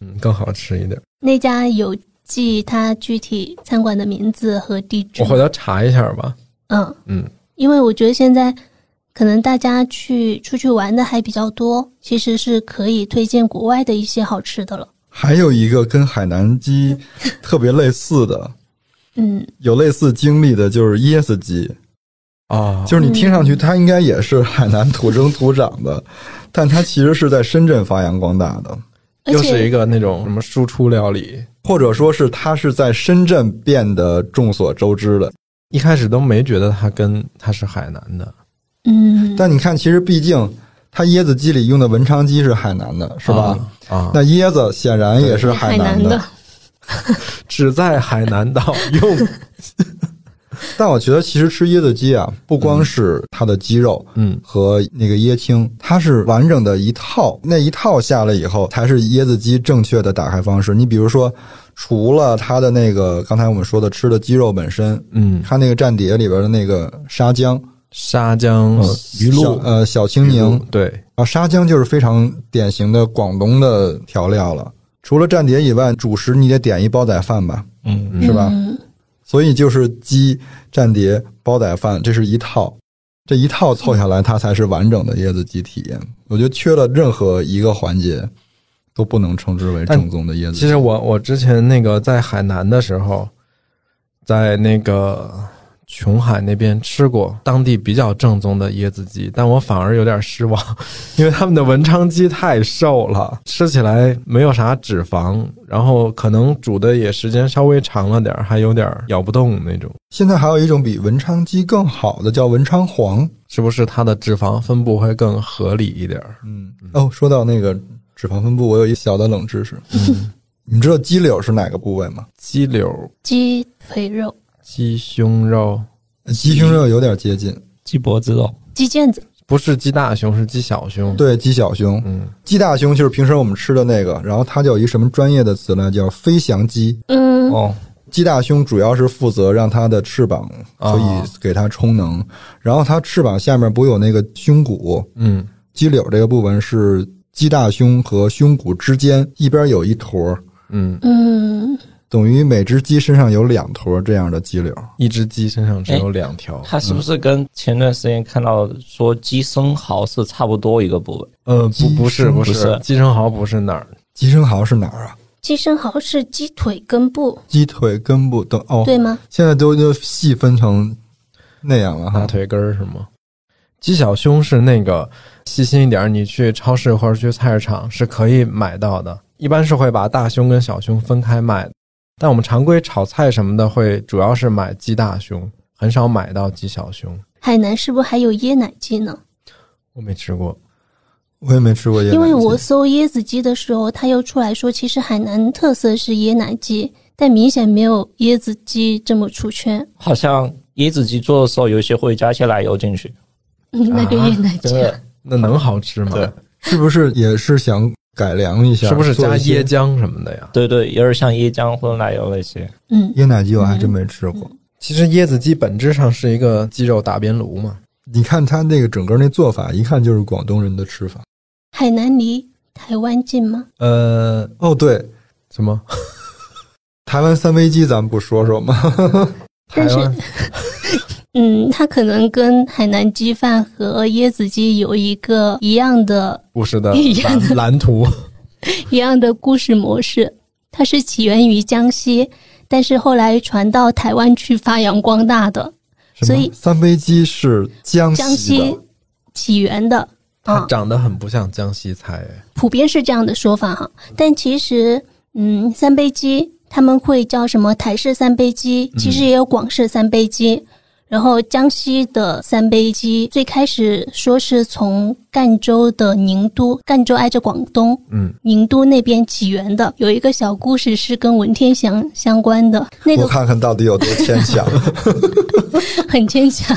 嗯更好吃一点。那家有记它具体餐馆的名字和地址我吗？回头查一下吧。嗯嗯，因为我觉得现在可能大家去出去玩的还比较多，其实是可以推荐国外的一些好吃的了。还有一个跟海南鸡特别类似的，嗯，有类似经历的就是椰子鸡，哦就是你听上去它应该也是海南土生土长的，但它其实是在深圳发扬光大的，而又是一且个那种什么输出料理，或者说是它是在深圳变得众所周知的。一开始都没觉得它跟它是海南的，嗯，但你看，其实毕竟它椰子鸡里用的文昌鸡是海南的，是吧？啊？那椰子显然也是海南南的，只在海南岛用，但我觉得其实吃椰子鸡啊，不光是它的鸡肉， (laughs) 嗯，和那个椰青，它是完整的一套，那一套下来以后，才是椰子鸡正确的打开方式。你比如说，除了它的那个刚才我们说的吃的鸡肉本身，嗯，它那个蘸碟里边的那个沙姜、沙姜呃嗯哦鱼小露、呃小青鱼露柠对，啊，沙姜就是非常典型的广东的调料了。除了蘸碟以外，主食你得点一煲仔饭吧，嗯，是吧？嗯所以就是鸡、蘸碟、煲仔饭，这是一套，这一套凑下来，它才是完整的椰子鸡体验。我觉得缺了任何一个环节，都不能称之为正宗的椰子鸡。其实我我之前那个在海南的时候，在那个琼海那边吃过当地比较正宗的椰子鸡，但我反而有点失望，因为他们的文昌鸡太瘦了，吃起来没有啥脂肪，然后可能煮的也时间稍微长了点儿，还有点儿咬不动那种。现在还有一种比文昌鸡更好的，叫文昌黄。是不是它的脂肪分布会更合理一点儿？嗯，哦，说到那个脂肪分布，我有一小的冷知识， (laughs) 你知道鸡柳是哪个部位吗？鸡柳、鸡腿肉、鸡胸肉，鸡胸肉有点接近，鸡脖子肉，鸡腱子，不是鸡大胸，是鸡小胸。，对，鸡小胸。嗯，鸡大胸就是平时我们吃的那个，然后它叫一什么专业的词呢？叫飞翔鸡。嗯，哦，鸡大胸主要是负责让它的翅膀可啊以给它充能，然后它翅膀下面不有那个胸骨，嗯，鸡柳这个部分是鸡大胸和胸骨之间一边有一坨，嗯，嗯，等于每只鸡身上有两坨这样的鸡柳。一只鸡身上只有两哎条。它是不是跟前段时间看到说鸡生蚝是差不多一个部位？呃，鸡不，不是，胸不不是鸡生蚝不是哪儿？鸡生蚝是哪儿啊？鸡生蚝是鸡腿根部，鸡腿根部等哦，对吗？现在都就细分成那样了大哈。腿根儿是吗？鸡小胸是那个细心一点儿，你去超市或者去菜市场是可以买到的，一般是会把大胸跟小胸分开卖的。但我们常规炒菜什么的，会主要是买鸡大胸，很少买到鸡小胸。海南是不是还有椰奶鸡呢？我没吃过，我也没吃过椰奶鸡，因为我搜椰子鸡的时候，它又出来说，其实海南特色是椰奶鸡，但明显没有椰子鸡这么出圈。好像椰子鸡做的时候，有些会加一些奶油进去，嗯，那个椰奶鸡真啊、的那能好吃吗？对是不是也是想改良一下，是不是加做一些椰浆什么的呀？对对，有点像椰浆或者奶油那些。嗯，椰奶鸡，我还真没吃过。其实椰子鸡本质上是一个鸡肉打边炉嘛。你看他那个整个那做法，一看就是广东人的吃法。海南离台湾近吗？呃，哦对，什么？ (laughs) 台湾三杯鸡咱们不说说吗？ (laughs) 但是台湾，嗯，它可能跟海南鸡饭和椰子鸡有一个一样的、故事的一样的啊蓝蓝图，一样的故事模式。它是起源于江西，但是后来传到台湾去发扬光大的，什么所以三杯鸡是江江西的西起源的它啊，长得很不像江西菜哎。普遍是这样的说法哈。但其实，嗯，三杯鸡他们会叫什么台式三杯鸡，其实也有广式三杯鸡。然后江西的三杯鸡最开始说是从赣州的宁都，赣州挨着广东，嗯，宁都那边起源的。有一个小故事是跟文天祥相关的，那个我看看到底有多牵 (laughs) 强。很牵强。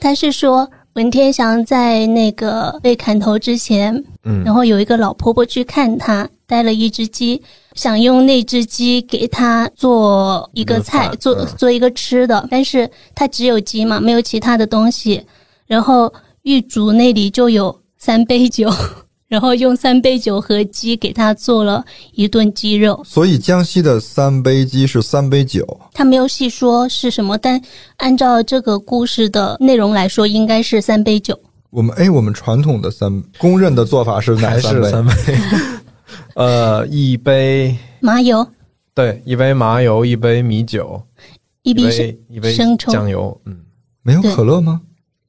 他是说文天祥在那个被砍头之前，嗯然后有一个老婆婆去看他，带了一只鸡，想用那只鸡给他做一个一菜个，饭做嗯做一个吃的，但是他只有鸡嘛，没有其他的东西。然后狱卒那里就有三杯酒， (laughs) 然后用三杯酒和鸡给他做了一顿鸡肉。所以江西的三杯鸡是三杯酒，他没有细说是什么，但按照这个故事的内容来说，应该是三杯酒。我们哎，我们传统的三公认的做法是哪还三是杯？三杯？ (laughs) 呃，一杯麻油对，一杯麻油，一杯米酒，一一杯是杯一杯生抽酱油，嗯，没有可乐哦吗？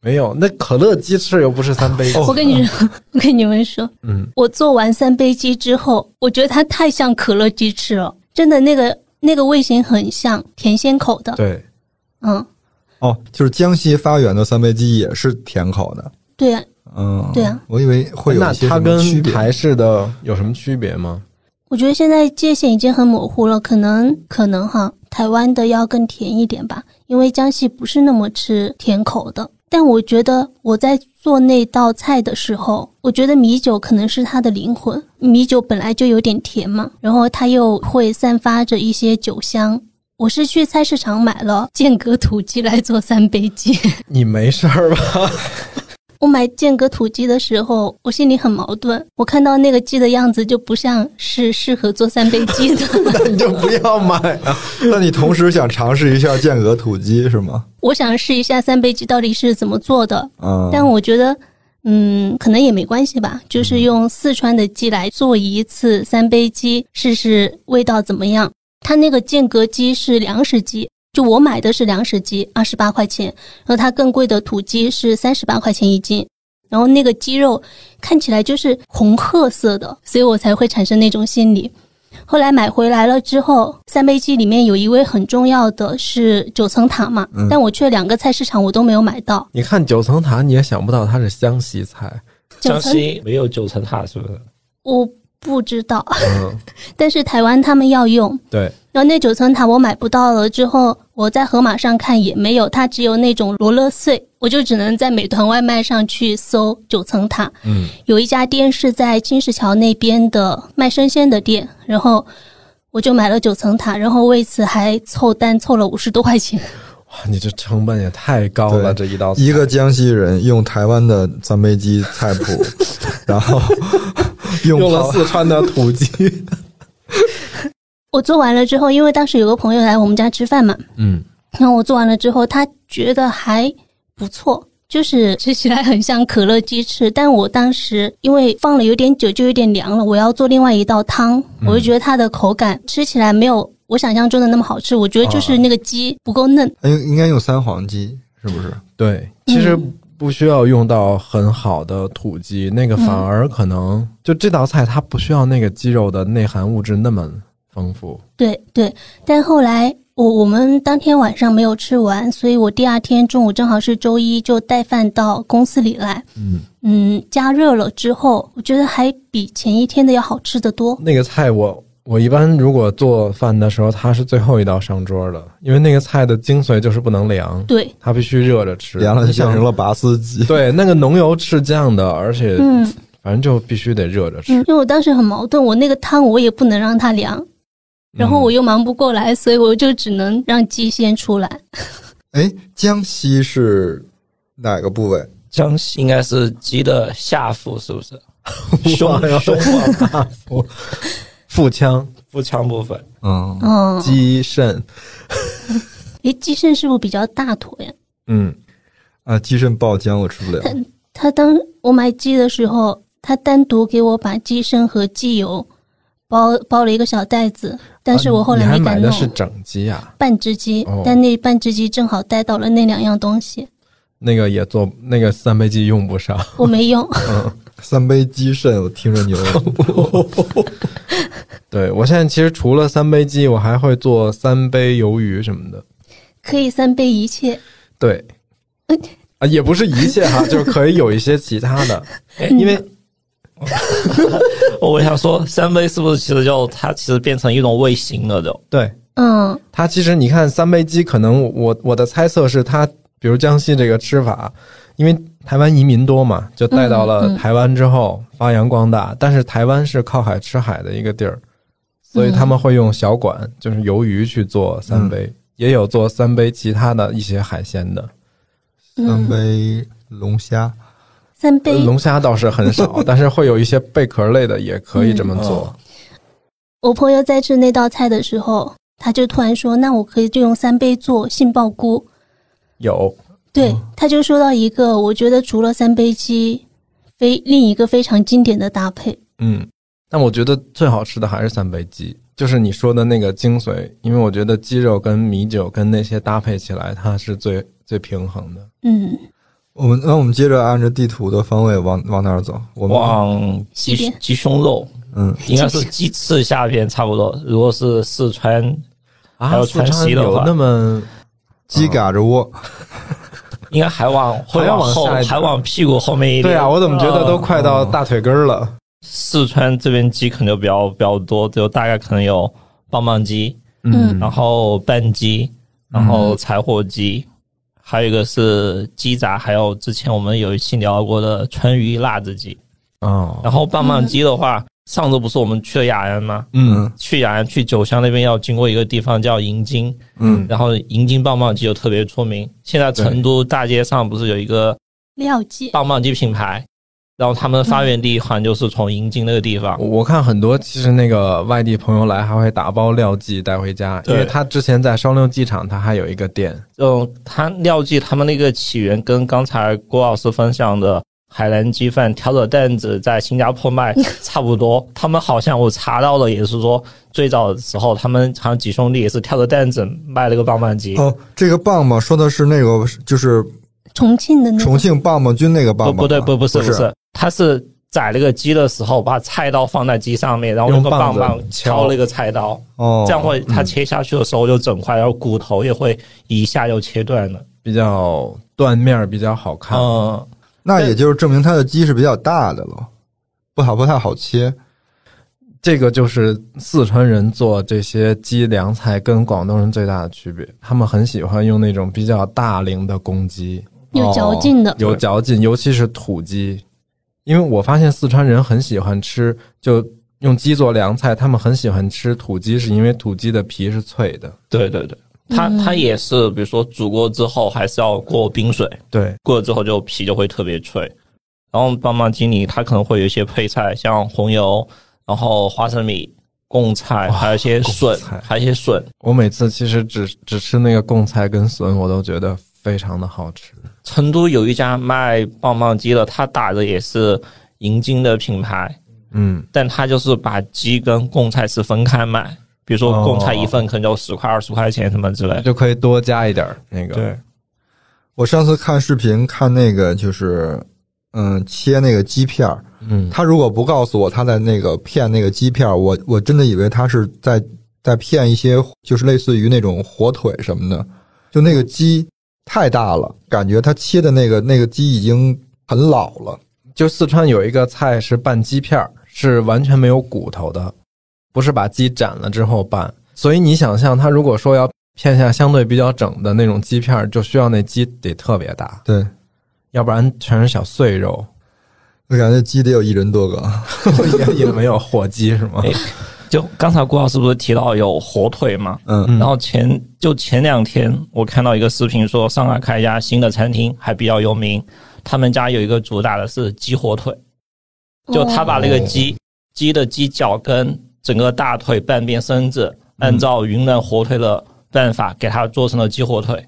没有，那可乐鸡翅又不是三杯。我跟你说， (laughs) 我跟你们说，哦嗯，我做完三杯鸡之后，我觉得它太像可乐鸡翅了，真的那个那个味型很像甜鲜口的，对，嗯，哦，就是江西发源的三杯鸡也是甜口的。对啊，嗯，对啊，我以为会有那一些它什么区跟别。台式的有什么区别吗？我觉得现在界限已经很模糊了，可能可能哈，台湾的要更甜一点吧，因为江西不是那么吃甜口的。但我觉得我在做那道菜的时候，我觉得米酒可能是它的灵魂。米酒本来就有点甜嘛，然后它又会散发着一些酒香。我是去菜市场买了间隔土鸡来做三杯鸡。 (laughs) 你没事儿吧？ (laughs) 我买间隔土鸡的时候，我心里很矛盾。我看到那个鸡的样子，就不像是适合做三杯鸡的。那你就不要买 (laughs) 啊！那你同时想尝试一下间鹅土鸡是吗？我想试一下三杯鸡到底是怎么做的，嗯，但我觉得，嗯，可能也没关系吧，就是用四川的鸡来做一次三杯鸡，试试味道怎么样。它那个间隔鸡是粮食鸡，就我买的是粮食鸡，二十八块钱，然后它更贵的土鸡是三十八块钱一斤。然后那个鸡肉看起来就是红褐色的，所以我才会产生那种心理。后来买回来了之后，三杯鸡里面有一味很重要的是九层塔嘛，但我去了两个菜市场我都没有买到。你看九层塔，你也想不到它是湘西菜，九江层西没有九层塔是不是？我不知道，嗯， (laughs) 但是台湾他们要用。对，然后那九层塔我买不到了，之后我在盒马上看也没有，它只有那种罗勒碎，我就只能在美团外卖上去搜九层塔。嗯，有一家店是在金石桥那边的卖生鲜的店，然后我就买了九层塔，然后为此还凑单凑了五十多块钱。哇，啊你这成本也太高了，这对一道菜一个江西人用台湾的三杯鸡菜 (laughs) 谱，然后用用了好四川的土鸡，我做完了之后，因为当时有个朋友来我们家吃饭嘛， (laughs) 嗯，然后我做完了之后，他觉得还不错，就是吃起来很像可乐鸡翅。但我当时因为放了有点久，就有点凉了，我要做另外一道汤，我嗯就觉得它的口感吃起来没有我想象中的那么好吃。我觉得就是哦那个鸡不够嫩，哎应该用三黄鸡是不是？对，其实嗯不需要用到很好的土鸡，那个反而可能就这道菜它不需要那个鸡肉的内含物质那么丰富。对对，但后来我我们当天晚上没有吃完，所以我第二天中午正好是周一，就带饭到公司里来。嗯嗯，加热了之后，我觉得还比前一天的要好吃得多。那个菜我我一般如果做饭的时候，它是最后一道上桌的，因为那个菜的精髓就是不能凉，对，它必须热着吃。凉了就你变想成了拔丝鸡。对，那个浓油赤酱的，而且嗯，反正就必须得热着吃。嗯，因为我当时很矛盾，我那个汤我也不能让它凉，嗯然后我又忙不过来，所以我就只能让鸡先出来。哎，江西是哪个部位？江西应该是鸡的下腹，是不是？ (laughs) 胸胸 (laughs) 部腹腔、腹腔部分，嗯，嗯，鸡肾，诶，鸡肾是不是比较大坨呀？嗯，啊，鸡肾爆浆我吃不了。嗯他当我买鸡的时候，他单独给我把鸡肾和鸡油包包了一个小袋子，但是我后来啊你还没买敢的弄。是整鸡啊？半只鸡，哦但那半只鸡正好带到了那两样东西，那个也做那个三杯鸡用不上，我没用。 (laughs) 三杯鸡肾，我听着牛了。 (laughs) 对我现在其实除了三杯鸡，我还会做三杯鱿鱼什么的。可以三杯一切，对，嗯啊，也不是一切哈，就是可以有一些其他 (laughs) 的，嗯因为我想说三杯是不是其实就它其实变成一种味型了就？对嗯，它其实你看三杯鸡，可能我我的猜测是它，比如江西这个吃法，因为台湾移民多嘛，就带到了台湾之后发扬光大。但是台湾是靠海吃海的一个地儿，所以他们会用小管，就是鱿鱼去做三杯，也有做三杯其他的一些海鲜的。三嗯，杯龙虾，三杯。龙虾倒是很少，但是会有一些贝壳类的也可以这么做。我朋友在吃那道菜的时候，他就突然说：“那我可以就用三杯做杏鲍菇。有，对，他就说到一个我觉得除了三杯鸡，非另一个非常经典的搭配。嗯，但我觉得最好吃的还是三杯鸡，就是你说的那个精髓，因为我觉得鸡肉跟米酒跟那些搭配起来，它是最最平衡的。嗯，我们那我们接着按着地图的方位往往哪儿走？我们往鸡西边鸡胸肉，嗯，应该是鸡翅下边差不多。如果是四川，还啊，有四川川西的话有那么鸡嘎着窝，应该还往会还要往后下一，点还往屁股后面一点。对啊，我怎么觉得都嗯快到大腿根儿了？四川这边鸡可能就比较比较多，就大概可能有棒棒鸡，嗯然后拌鸡，然后柴火鸡，嗯还有一个是鸡杂，还有之前我们有一期聊过的川渝辣子鸡。哦，然后棒棒鸡的话，上周不是我们去了雅安吗？嗯去雅安去九乡那边要经过一个地方叫银津，嗯，然后银津棒棒鸡就特别出名。现在成都大街上不是有一个料鸡，棒棒鸡品牌，然后他们发源地好像就是从银津那个地方。我看很多其实那个外地朋友来还会打包料剂带回家，因对为他之前在双流机场，他还有一个店。嗯，他廖记他们那个起源跟刚才郭老师分享的海南鸡饭挑着担子在新加坡卖差不多。他们好像我查到了，也是说最早的时候，他们好像几兄弟也是挑着担子卖了个棒棒鸡，哦，这个棒棒说的是那个，就是重庆的那重个，庆棒棒军那个棒不棒吧。不对，不不是不不是，他是宰了个鸡的时候，把菜刀放在鸡上面，然后用用个棒棒子棒敲敲了一个菜刀，哦，这样会它切下去的时候就整块，然后骨头也会一下就切断了。比较断面儿比较好看，嗯，那也就是证明它的鸡是比较大的了，不好不太好切。这个就是四川人做这些鸡凉菜跟广东人最大的区别，他们很喜欢用那种比较大龄的公鸡，哦有嚼劲的，有嚼劲，尤其是土鸡。因为我发现四川人很喜欢吃，就用鸡做凉菜，他们很喜欢吃土鸡，是因为土鸡的皮是脆的。对对对，它它也是，比如说煮过之后还是要过冰水，对，过了之后就皮就会特别脆。然后棒棒鸡里它可能会有一些配菜，像红油，然后花生米、贡菜，还有一些笋贡菜，还有一些笋，我每次其实只只吃那个贡菜跟笋，我都觉得非常的好吃。成都有一家卖棒棒鸡的，他打的也是银金的品牌，嗯，但他就是把鸡跟贡菜是分开卖，比如说贡菜一份可能就十块二十块钱什么之类的。就可以多加一点儿那个。对，我上次看视频看那个就是，嗯，切那个鸡片儿，嗯，他如果不告诉我他在那个片那个鸡片儿，我我真的以为他是在在片一些就是类似于那种火腿什么的，就那个鸡太大了，感觉他切的那个那个鸡已经很老了。就四川有一个菜是拌鸡片儿，是完全没有骨头的，不是把鸡斩了之后拌。所以你想象，它如果说要片下相对比较整的那种鸡片儿，就需要那鸡得特别大，对，要不然全是小碎肉。 (laughs) 我感觉鸡得有一人多个，也也没有火鸡是哎吗？就刚才顾老师不是提到有火腿嘛？嗯，然后前就前两天我看到一个视频说，上海开一家新的餐厅，还比较有名。他们家有一个主打的是鸡火腿，哦就他把那哦个鸡、鸡的鸡脚跟整个大腿半边身子，按嗯照云南火腿的办法给它做成了鸡火腿。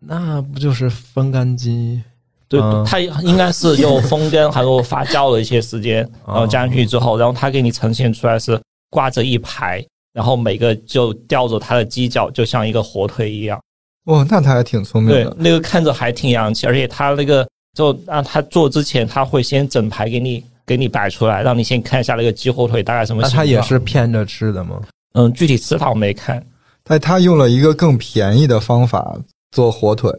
那不就是风干鸡？对嗯，它应该是有风干还有发酵的一些时 (laughs) 间，然哦后加进去之后，然后它给你呈现出来是挂着一排，然后每个就吊着它的鸡脚，就像一个火腿一样。哇，那他还挺聪明对的，，那个看着还挺洋气，而且它那个就让它做之前，它会先整排给你给你摆出来，让你先看一下那个鸡火腿大概什么那形状。它也是片着吃的吗？嗯，具体吃法我没看。但他用了一个更便宜的方法做火腿，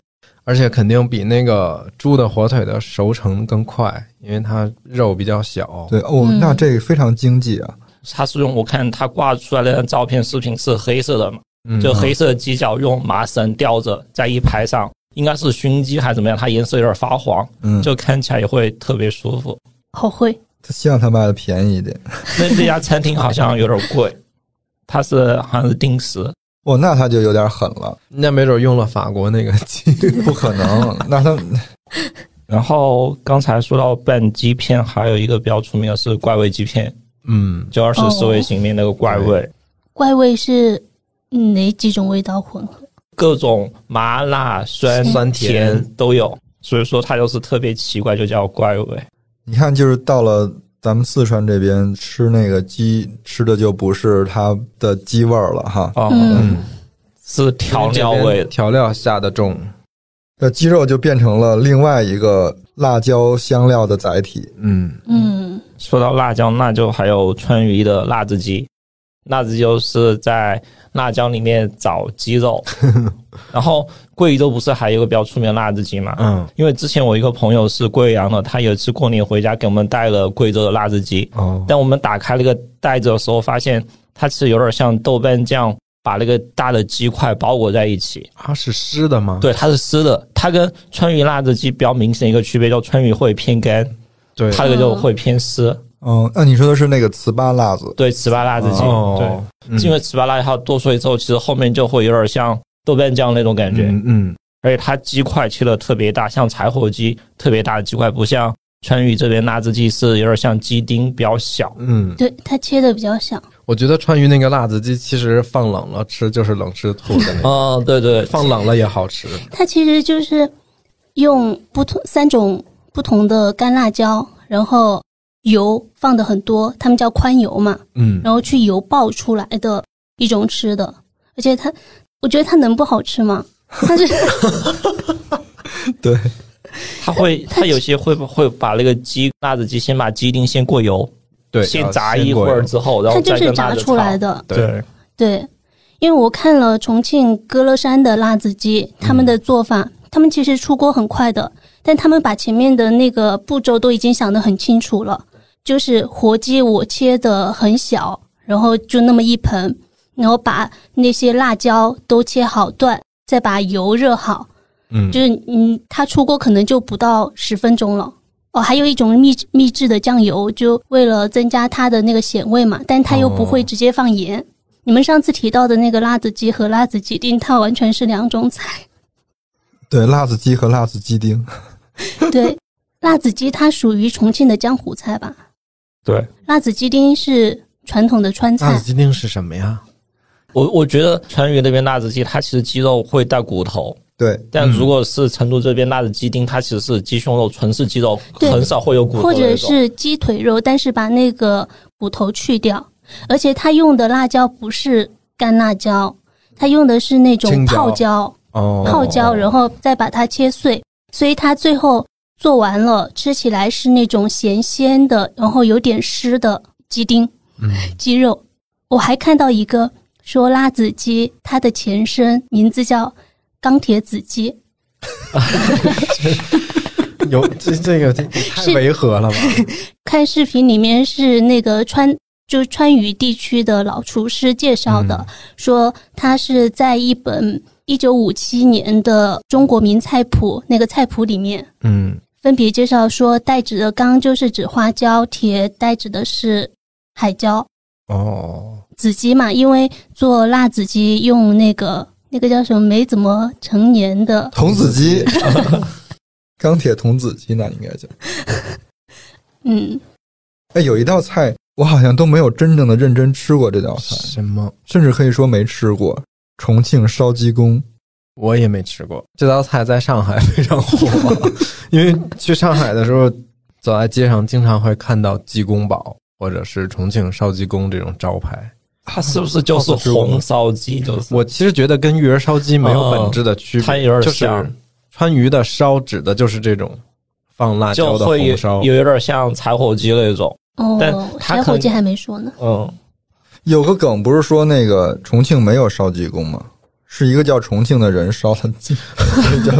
而且肯定比那个猪的火腿的熟成更快，因为它肉比较小。对哦，嗯那这个非常经济啊，它是用我看它挂出来的那张照片视频是黑色的嘛，嗯，就黑色的鸡脚用麻绳吊着在一排上，应该是熏鸡还是怎么样，它颜色有点发黄，嗯，就看起来也会特别舒服。好会，他希望他卖的便宜一点，那这家餐厅好像有点贵，它是好像是定时，哇，哦那他就有点狠了，那没准用了法国那个 (laughs) 鸡。不可能，那他然后刚才说到拌鸡片，还有一个比较出名的是怪味鸡片，嗯，就二十四味型里面那个怪味，怪味是嗯哪几种味道混合？各种麻辣、酸、酸甜甜都有，所以说它就是特别奇怪，就叫怪味。你看，就是到了咱们四川这边吃那个鸡，吃的就不是它的鸡味儿了哈，哦，嗯，是调料味，调料下的重。那鸡肉就变成了另外一个辣椒香料的载体。嗯，嗯，说到辣椒，那就还有川渝的辣子鸡，辣子就是在辣椒里面找鸡肉，然后贵州不是还有一个比较出名的辣子鸡嘛？嗯，因为之前我一个朋友是贵阳的，他有一次过年回家给我们带了贵州的辣子鸡，哦，但我们打开那个袋子的时候，发现它是有点像豆瓣酱把那个大的鸡块包裹在一起，它是湿的吗？对，它是湿的。它跟川渝辣子鸡比较明显一个区别，叫川渝会偏干，对它那个就会偏湿。嗯，那你说的是那个糍粑辣子？对，糍粑辣子鸡，哦，对，因为糍粑辣它剁碎之后，其实后面就会有点像豆瓣酱那种感觉，嗯嗯，而且它鸡块切的特别大，像柴火鸡特别大的鸡块，不像川渝这边辣子鸡是有点像鸡丁比较小。嗯，对，它切的比较小，我觉得川渝那个辣子鸡其实放冷了吃就是冷吃兔的那种，哦，对对，放冷了也好吃。它其实就是用不同三种不同的干辣椒，然后油放的很多，他们叫宽油嘛，嗯，然后去油爆出来的一种吃的，而且它，我觉得它能不好吃吗？它是对，它 (laughs) 会，它有些会会把那个鸡辣子鸡先把鸡丁先过油，对，先要炸一会过儿油之后，然它后就再是跟辣炸子出来炒。的，对，对，因为我看了重庆歌乐山的辣子鸡，他们的做法，他们其实出锅很快的，但他们把前面的那个步骤都已经想得很清楚了，就是活鸡我切的很小，然后就那么一盆，然后把那些辣椒都切好段，再把油热好，嗯，就是嗯，它出锅可能就不到十分钟了。哦，还有一种秘制秘制的酱油，就为了增加它的那个咸味嘛，但它又不哦会直接放盐。你们上次提到的那个辣子鸡和辣子鸡丁，它完全是两种菜。对，辣子鸡和辣子鸡丁。 (laughs) 对，辣子鸡它属于重庆的江湖菜吧？对，辣子鸡丁是传统的川辣菜子，鸡丁是什么呀？我我觉得川渝那边辣子鸡，它其实鸡肉会带骨头，对，嗯但如果是成都这边辣子鸡丁，它其实是鸡胸肉，纯是鸡肉，对很少会有骨头或的者那种。是鸡腿肉，但是把那个骨头去掉，而且它用的辣椒不是干辣椒，它用的是那种青椒泡椒哦，泡椒，然后再把它切碎，所以它最后做完了，吃起来是那种咸鲜的，然后有点湿的鸡丁、嗯鸡肉。我还看到一个说辣子鸡，它的前身名字叫钢铁子鸡，有这这个这太是违和了吧？看视频里面是那个川。就是川渝地区的老厨师介绍的，嗯说他是在一本一九五七年的中国名菜谱那个菜谱里面嗯，分别介绍说，带籽的刚就是指花椒，铁带籽的是海椒。哦，子鸡嘛，因为做辣子鸡用那个那个叫什么没怎么成年的童子鸡，钢铁童子鸡那应该叫。嗯，哎，有一道菜我好像都没有真正的认真吃过这道菜，什么？甚至可以说没吃过。重庆烧鸡公，我也没吃过这道菜，在上海非常火， (laughs) 因为去上海的时候，走在街上经常会看到鸡公煲或者是重庆烧鸡公这种招牌。它是不是就是红烧鸡？就是我其实觉得跟鱼儿烧鸡没有本质的区别，嗯它有就点是像，川渝的烧指的就是这种放辣椒就的会红烧有。有一点像柴火鸡那种。但哦，它柴可火能鸡还没说呢。嗯，有个梗不是说那个重庆没有烧鸡公吗？是一个叫重庆的人烧的鸡，叫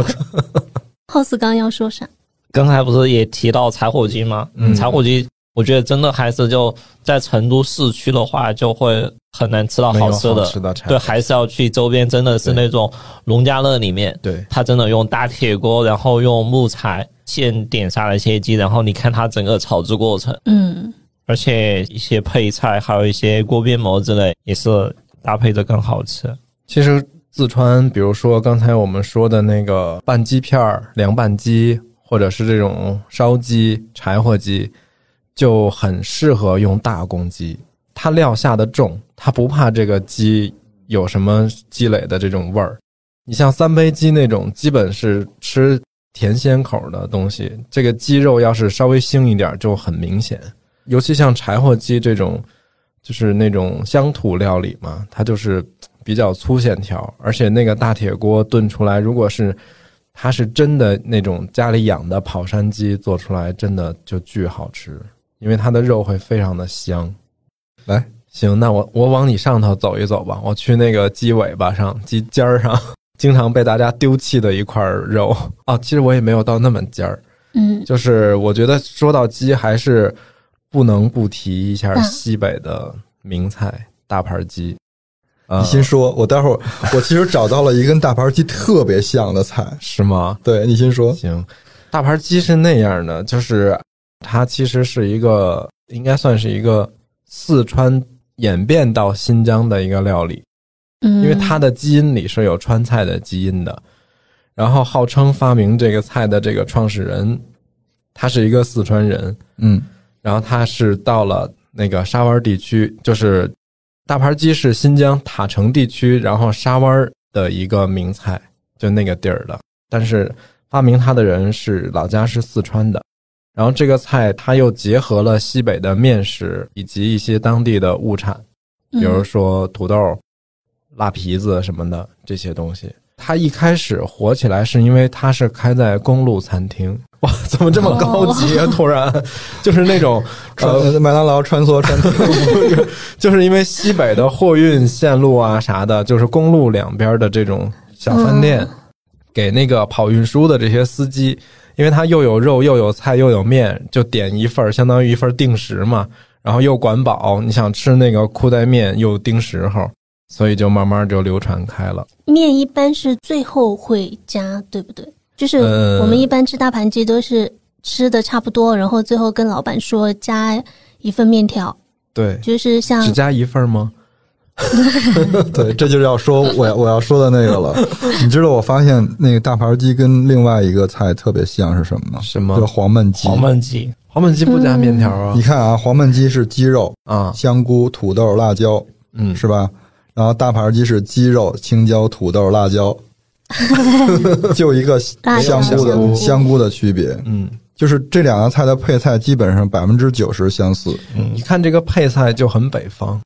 ，House 刚要说啥？刚才不是也提到柴火鸡吗？嗯柴火鸡，我觉得真的还是就在成都市区的话，就会很难吃到没有好吃的。吃的柴对，还是要去周边，真的是那种农家乐里面，对他真的用大铁锅，然后用木材现点杀了切鸡，然后你看它整个炒制过程，嗯，而且一些配菜，还有一些锅边馍之类，也是搭配着更好吃。其实四川，比如说刚才我们说的那个拌鸡片儿、凉拌鸡，或者是这种烧鸡、柴火鸡，就很适合用大公鸡。它料下的重，它不怕这个鸡有什么积累的这种味儿。你像三杯鸡那种，基本是吃甜鲜口的东西，这个鸡肉要是稍微腥一点就很明显。尤其像柴火鸡这种，就是那种乡土料理嘛，它就是比较粗线条，而且那个大铁锅炖出来，如果是它是真的那种家里养的跑山鸡做出来，真的就巨好吃，因为它的肉会非常的香。来，行，那我我往你上头走一走吧，我去那个鸡尾巴上、鸡尖儿上，经常被大家丢弃的一块肉啊，其实我也没有到那么尖儿，嗯，就是我觉得说到鸡，还是不能不提一下嗯西北的名菜大盘鸡。呃你先说，我待会儿 (laughs) 我其实找到了一跟大盘鸡特别像的菜，是吗？对你先说，行，大盘鸡是那样的，就是它其实是一个，应该算是一个四川演变到新疆的一个料理，嗯，因为它的基因里是有川菜的基因的。然后号称发明这个菜的这个创始人，他是一个四川人，嗯，然后他是到了那个沙湾地区，就是大盘鸡是新疆塔城地区，然后沙湾的一个名菜，就那个地儿的。但是发明它的人是老家是四川的，然后这个菜它又结合了西北的面食以及一些当地的物产，比如嗯说土豆、辣皮子什么的这些东西。它一开始火起来是因为它是开在公路餐厅，哇，怎么这么高级啊？突然， (laughs) 就是那种呃穿、呃麦当劳穿梭穿 (laughs) 就是因为西北的货运线路啊啥的，就是公路两边的这种小饭店，给那个跑运输的这些司机，因为他又有肉又有菜又有面，就点一份儿，相当于一份儿定时嘛，然后又管饱，你想吃那个裤带面又盯时候，所以就慢慢就流传开了。面一般是最后会加，对不对？就是呃我们一般吃大盘鸡都是吃的差不多，然后最后跟老板说加一份面条，对，就是像只加一份儿吗？对，这就是要说我要我要说的那个了。你知道我发现那个大盘鸡跟另外一个菜特别像是什么吗？什叫么？黄焖鸡。黄焖鸡，黄焖鸡不加面条啊你？看啊，黄焖鸡是鸡肉、啊，香菇、土豆、辣椒，嗯，是吧？然后大盘鸡是鸡肉、青椒、土豆、辣椒， (laughs) 就一个 (laughs) 辣椒香菇香菇的香菇的区别。嗯。就是这两个菜的配菜基本上百分之九十相似，嗯你看这个配菜就很北方，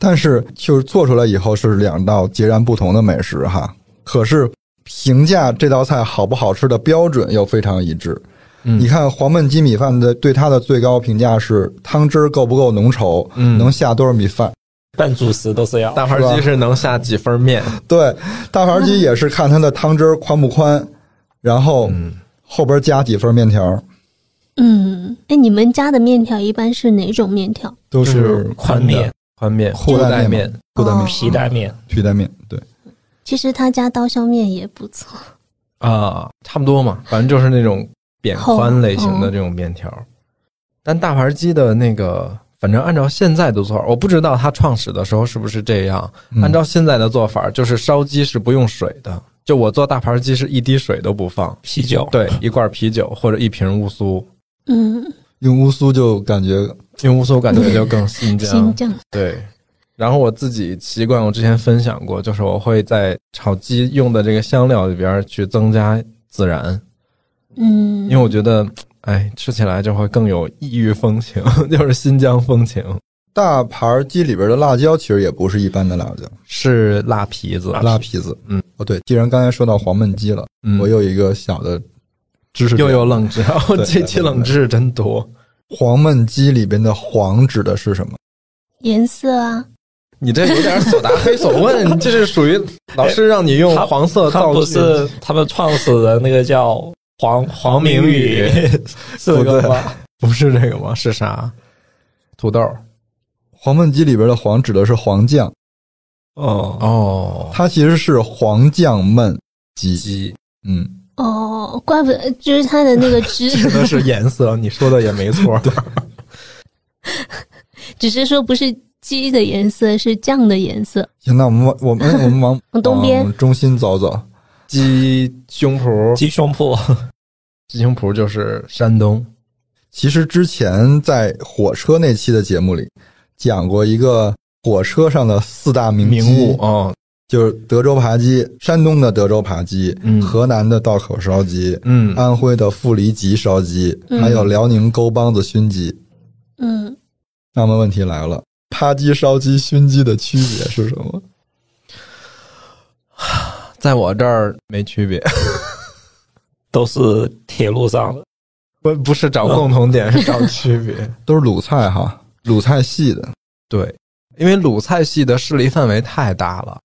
但是就是做出来以后是两道截然不同的美食哈。可是评价这道菜好不好吃的标准又非常一致。嗯你看黄焖鸡米饭的对它的最高评价是汤汁儿够不够浓稠，嗯能下多少米饭？拌主食都是要。大盘鸡是能下几份儿面， (laughs) 对，大盘鸡也是看它的汤汁儿宽不宽，然后嗯后边加几份面条儿，嗯，哎，你们家的面条一般是哪种面条？都就是宽面、宽面、裤裤带带面面，裤带面、嗯哦皮带面，皮带面，对。其实他家刀削面也不错，啊、差不多嘛，反正就是那种扁宽类型的这种面条。但大盘鸡的那个，反正按照现在的做法，我不知道它创始的时候是不是这样。按照现在的做法，就是烧鸡是不用水的，就我做大盘鸡是一滴水都不放，啤酒，对，一罐啤酒或者一瓶乌苏，嗯，用乌苏就感觉因为乌苏感觉就更新新疆。疆对，然后我自己习惯，我之前分享过，就是我会在炒鸡用的这个香料里边去增加孜然，嗯，因为我觉得，哎，吃起来就会更有异域风情， (laughs) 就是新疆风情，大盘鸡里边的辣椒其实也不是一般的辣椒，是辣皮子，辣皮子。嗯，哦对，既然刚才说到黄焖鸡了，嗯，我有一个小的知识点，又有冷 (laughs) 知，然后对这期冷知识真多。黄焖鸡里边的黄指的是什么？颜色啊，你这有点所答非所问， (laughs) 你这是属于老师让你用他黄色他呃造不句，是他们创始人那个叫 (laughs) 黄黄明宇，是这个吗？不是这个吗？是啥？土豆黄焖鸡里边的黄指的是黄酱，哦，哦，它其实是黄酱焖鸡。鸡嗯，哦，怪不得就是它的那个 (laughs) 汁，指的是颜色，你说的也没错。只是说不是鸡的颜色，是酱的颜色。行，那我们往我们我们往 (laughs) 往东边往中心走走。 (laughs) 鸡胸脯，鸡胸脯，鸡胸脯就是山东，其实之前在火车那期的节目里讲过一个火车上的四大名名鸡物，哦，就是德州扒鸡、山东的德州扒鸡、嗯河南的道口烧鸡、嗯，安徽的富里脊烧鸡，嗯还有辽宁沟帮子熏鸡。嗯，那么问题来了，扒鸡、烧鸡、熏鸡的区别是什么？在我这儿没区别， (laughs) 都是铁路上的，不不是找共同点，是找区别。 (laughs) 都是鲁菜哈，鲁菜系的。对，因为鲁菜系的势力范围太大了，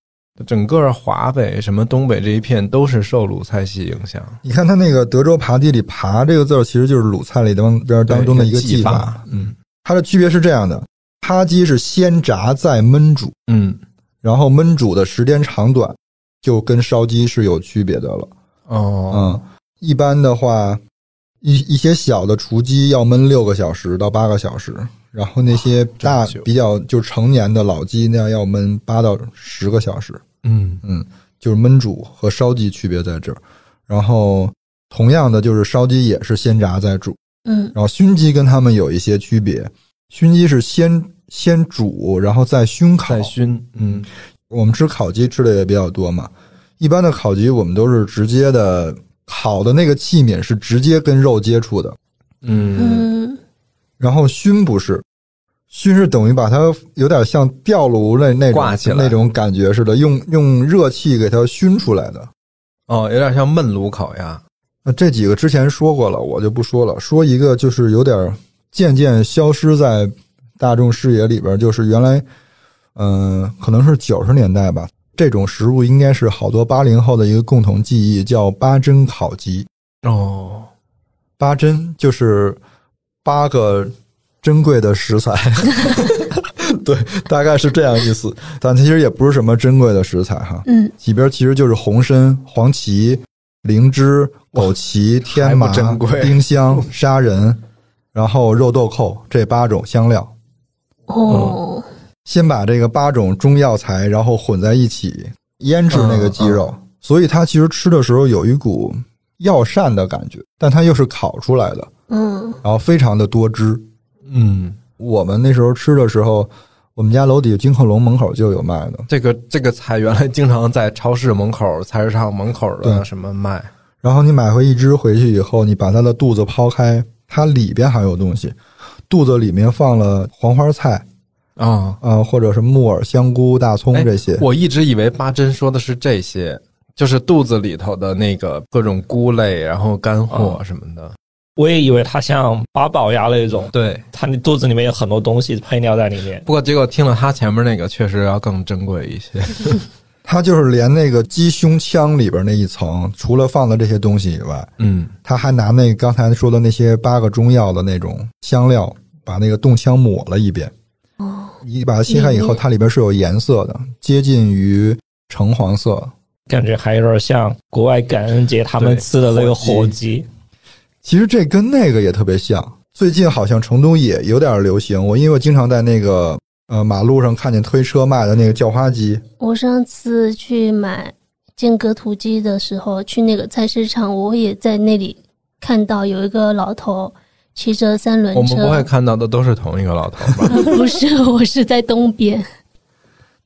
整个华北什么东北这一片都是受鲁菜系影响。你看他那个德州扒鸡里“扒”这个字儿，其实就是鲁菜里当边当中的一个技技法。，嗯它的区别是这样的：扒鸡是先炸再焖煮，嗯然后焖煮的时间长短就跟烧鸡是有区别的了。哦嗯，一般的话，一一些小的雏鸡要焖六个小时到八个小时，然后那些大啊这么久比较就成年的老鸡那样要焖八到十个小时。嗯嗯，就是焖煮和烧鸡区别在这儿。然后同样的，就是烧鸡也是先炸再煮，嗯然后熏鸡跟它们有一些区别，熏鸡是先先煮，然后再熏烤再。熏，嗯我们吃烤鸡吃的也比较多嘛，一般的烤鸡我们都是直接的烤的那个器皿是直接跟肉接触的，嗯嗯然后熏不是。熏是等于把它有点像吊炉那那种挂起来那种感觉似的，用用热气给它熏出来的。哦，有点像焖炉烤鸭，那这几个之前说过了，我就不说了。说一个就是有点儿渐渐消失在大众视野里边儿，就是原来，嗯、可能是九十年代吧，这种食物应该是好多八零后的一个共同记忆，叫八珍烤鸡。哦，八珍就是八个珍贵的食材， (laughs) 对，大概是这样意思。但其实也不是什么珍贵的食材哈，嗯，里边其实就是红参、黄芪、灵芝、枸杞、天麻还不珍、贵丁香、砂仁，然后肉豆蔻这八种香料。哦，先把这个八种中药材，然后混在一起腌制那个鸡肉，嗯所以它其实吃的时候有一股药膳的感觉，但它又是烤出来的，嗯然后非常的多汁。嗯，我们那时候吃的时候，我们家楼底金客隆门口就有卖的。这个这个菜原来经常在超市门口、菜市场门口的对什么卖，然后你买回一只回去以后，你把它的肚子剖开，它里边还有东西，肚子里面放了黄花菜啊、啊、或者是木耳、香菇、大葱哎这些。我一直以为八珍说的是这些，就是肚子里头的那个各种菇类，然后干货什么的。我也以为它像八宝鸭那种，对，它那肚子里面有很多东西配料在里面。不过结果听了他前面那个，确实要更珍贵一些。它就是连那个鸡胸腔里边那一层，除了放的这些东西以外，嗯，它还拿那刚才说的那些八个中药的那种香料，把那个冻腔抹了一遍。哦，你把它切开以后，嗯它里边是有颜色的，接近于橙黄色。感觉还有点像国外感恩节他们对吃的那个火火鸡鸡，其实这跟那个也特别像。最近好像成都也有点流行，我因为我经常在那个呃马路上看见推车卖的那个叫花鸡，我上次去买间隔土鸡的时候，去那个菜市场，我也在那里看到有一个老头骑着三轮我们车。不会看到的都是同一个老头 (laughs) 吧？不是，我是在东 (laughs) 边。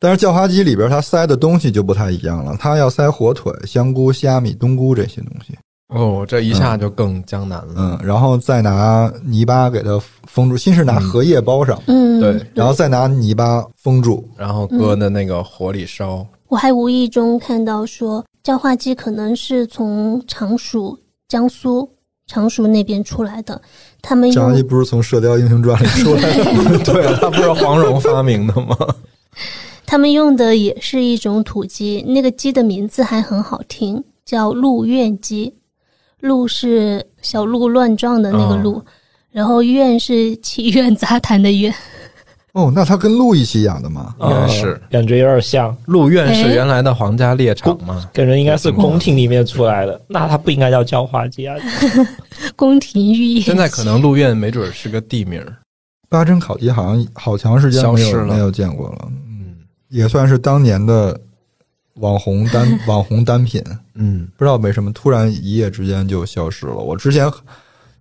但是叫花鸡里边它塞的东西就不太一样了，它要塞火腿、香菇、虾米、冬菇这些东西，哦，这一下就更江南了。嗯，然后再拿泥巴给它封住，先是拿荷叶包上，嗯，对然后再拿泥巴封住，然后搁在那个火里烧，我还无意中看到说，叫化鸡可能是从常熟、江苏常熟那边出来的，他嗯们叫花鸡用不是从《射雕英雄传》里出来的， (laughs) 啊对，它不是黄蓉发明的吗？他们用的也是一种土鸡，那个鸡的名字还很好听，叫鹿苑鸡。鹿是小鹿乱撞的啊那个鹿，然后苑是祈愿杂谈的苑。 (laughs) 哦，那它跟鹿一起养的吗？哦应该是嗯感觉有点像，鹿苑是哎原来的皇家猎场哎吗？感觉应该是宫廷里面出来的，那它不应该叫叫花鸡啊。宫廷玉液，现在可能鹿苑没准是个地名儿。八珍烤鸡好像好长时间没消失有了没有见过了，嗯也算是当年的网红单 (laughs) 网红单品，嗯，不知道为什么突然一夜之间就消失了。我之前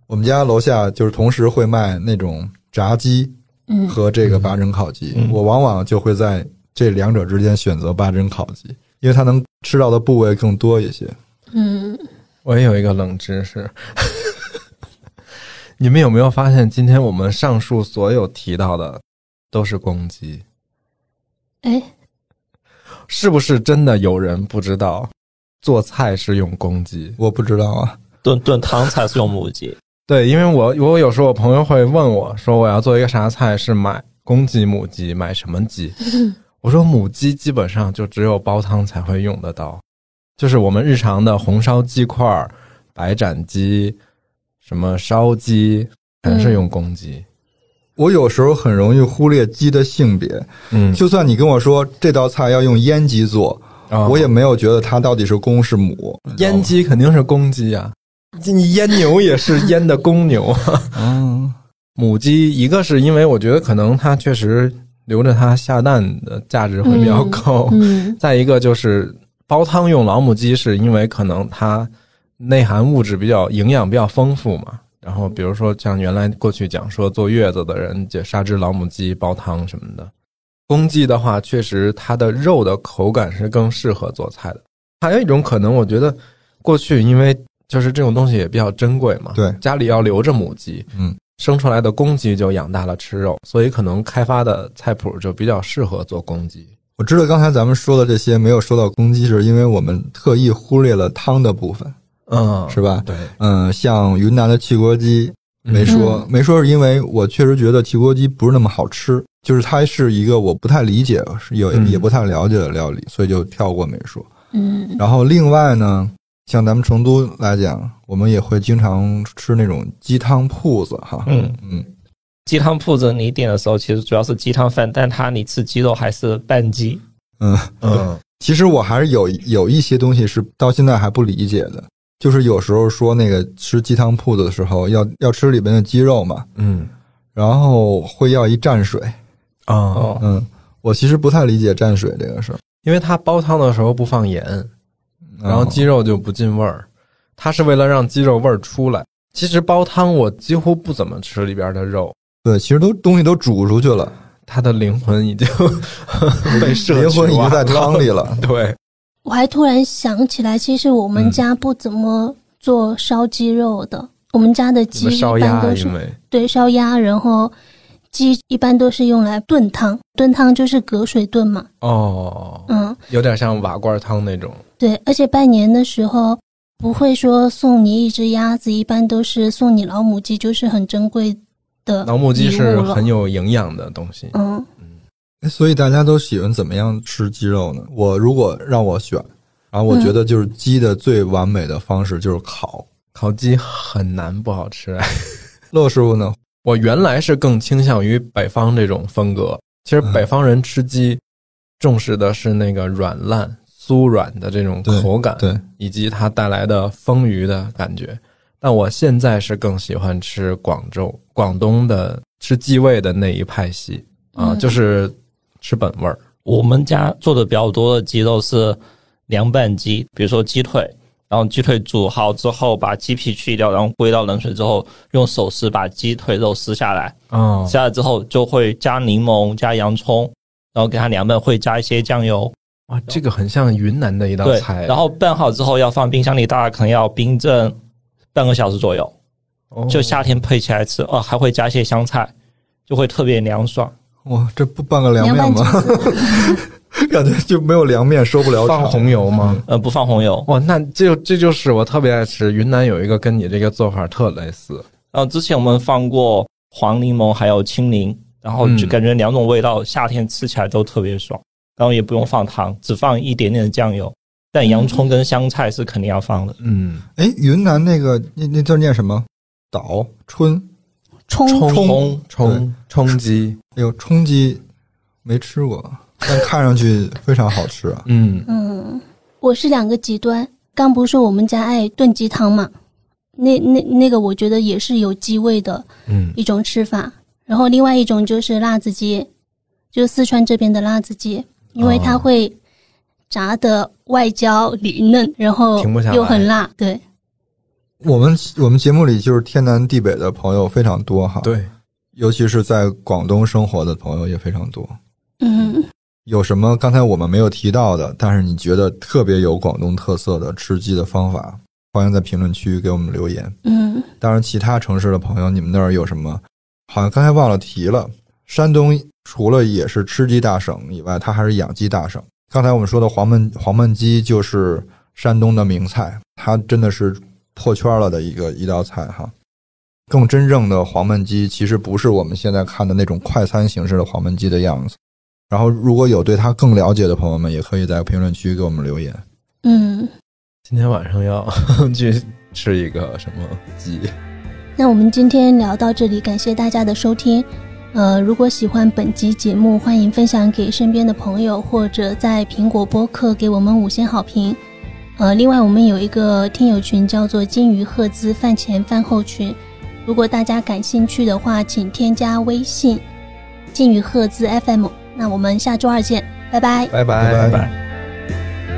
我们家楼下就是同时会卖那种炸鸡嗯，和这个八珍烤鸡，嗯我往往就会在这两者之间选择八珍烤鸡，因为它能吃到的部位更多一些。嗯，我也有一个冷知识。 (laughs) 你们有没有发现，今天我们上述所有提到的都是公鸡？哎，是不是真的有人不知道做菜是用公鸡？我不知道啊，炖炖汤才是用母鸡，对，因为我我有时候我朋友会问我说我要做一个啥菜，是买公鸡、母鸡，买什么鸡？我说母鸡基本上就只有煲汤才会用得到，就是我们日常的红烧鸡块儿、白斩鸡、什么烧鸡，全是用公鸡。我有时候很容易忽略鸡的性别，嗯，就算你跟我说这道菜要用阉鸡做，啊我也没有觉得它到底是公是母。阉鸡肯定是公鸡啊，你阉牛也是阉的公牛 (laughs) 啊。嗯，母鸡一个是因为我觉得可能它确实留着它下蛋的价值会比较高，嗯再一个就是煲汤用老母鸡，是因为可能它内含物质比较营养比较丰富嘛。然后比如说像原来过去讲说坐月子的人就杀只老母鸡煲汤什么的。公鸡的话，确实它的肉的口感是更适合做菜的。还有一种可能，我觉得过去因为就是这种东西也比较珍贵嘛，对家里要留着母鸡，嗯，生出来的公鸡就养大了吃肉，所以可能开发的菜谱就比较适合做公鸡。我知道刚才咱们说的这些没有说到公鸡，是因为我们特意忽略了汤的部分，嗯，是吧？对，嗯，像云南的汽锅鸡没说，没说是因为我确实觉得汽锅鸡不是那么好吃，就是它是一个我不太理解，是有嗯也不太了解的料理，所以就跳过没说。嗯然后另外呢，像咱们成都来讲，我们也会经常吃那种鸡汤铺子哈，嗯嗯，鸡汤铺子你点的时候，其实主要是鸡汤饭，但它你吃鸡肉还是半鸡。嗯，嗯，其实我还是有有一些东西是到现在还不理解的，就是有时候说那个吃鸡汤铺子的时候，要要吃里边的鸡肉嘛，嗯然后会要一蘸水，啊，哦，嗯，我其实不太理解蘸水这个事儿，嗯因为它煲汤的时候不放盐，然哦后鸡肉就不进味儿，它是为了让鸡肉味儿出来。其实煲汤我几乎不怎么吃里边的肉，对，其实都东西都煮出去了，它的灵魂已经 (laughs) 被摄灵取魂已经完在了汤里。了， (laughs) 对，我还突然想起来，其实我们嗯家不怎么做烧鸡肉的，我们家的什鸡么一烧般鸭，都是因为对烧鸭，然后鸡一般都是用来炖汤，炖汤就是隔水炖嘛，哦，嗯，有点像瓦罐汤那种。对，而且拜年的时候不会说送你一只鸭子，一般都是送你老母鸡，就是很珍贵的老母鸡礼是物了很有营养的东西。嗯哎所以大家都喜欢怎么样吃鸡肉呢？我如果让我选，然后我觉得就是鸡的最完美的方式就是烤。烤鸡很难不好吃，哎，乐师傅呢？我原来是更倾向于北方这种风格。其实北方人吃鸡重视的是那个软烂、酥软的这种口感，对，以及它带来的丰腴的感觉。但我现在是更喜欢吃广州、广东的吃鸡味的那一派系啊，嗯就是吃本味儿。我们家做的比较多的鸡肉是凉拌鸡，比如说鸡腿，然后鸡腿煮好之后，把鸡皮去掉，然后归到冷水之后，用手撕把鸡腿肉撕下来，哦撕下来之后就会加柠檬、加洋葱，然后给它凉拌，会加一些酱油，哇，这个很像云南的一道对，菜。然后拌好之后要放冰箱里，大概可能要冰镇半个小时左右，后就夏天配起来吃，哦，还会加一些香菜，就会特别凉爽。哇，这不拌个凉面拌鸡吗？ (laughs) (laughs) 丝，感觉就没有凉面受不了放场红油吗？呃，不放红油。哇，那这这就是我特别爱吃云南有一个跟你这个做法特类似，然后之前我们放过黄柠檬还有青柠，然后就嗯感觉两种味道夏天吃起来都特别爽，然后也不用放糖，只放一点点的酱油，但洋葱跟香菜是肯定要放的。嗯，哎，云南那个那那字念什么？岛哎春，冲冲冲冲鸡，！哎呦，冲鸡没吃过，但看上去非常好吃啊嗯，嗯，我是两个极端。刚不是说我们家爱炖鸡汤嘛？那那那个，我觉得也是有鸡味的嗯一种吃法。然后另外一种就是辣子鸡，就是四川这边的辣子鸡，因为它哦会炸的外焦里嫩，然后停不下来又很辣。对， (laughs) 我们我们节目里就是天南地北的朋友非常多哈，，对，尤其是在广东生活的朋友也非常多。嗯，有什么刚才我们没有提到的，但是你觉得特别有广东特色的吃鸡的方法，欢迎在评论区给我们留言。嗯，当然，其他城市的朋友，你们那儿有什么？好像刚才忘了提了，山东除了也是吃鸡大省以外，它还是养鸡大省。刚才我们说的黄焖黄焖鸡就是山东的名菜，它真的是破圈了的一个一道菜哈。更真正的黄焖鸡其实不是我们现在看的那种快餐形式的黄焖鸡的样子。然后，如果有对它更了解的朋友们，也可以在评论区给我们留言。嗯。今天晚上要 (laughs) 去吃一个什么鸡？那我们今天聊到这里，感谢大家的收听。呃，如果喜欢本集节目，欢迎分享给身边的朋友，或者在苹果播客给我们五星好评。呃，另外我们有一个听友群，叫做“金鱼赫兹饭前饭后群”，如果大家感兴趣的话，请添加微信“金鱼赫兹 FM”。那我们下周二见，拜拜。拜拜拜拜。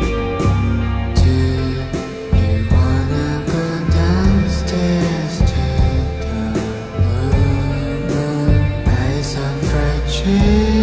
Do you wanna go downstairs to the blue moon? Buy some fried chicken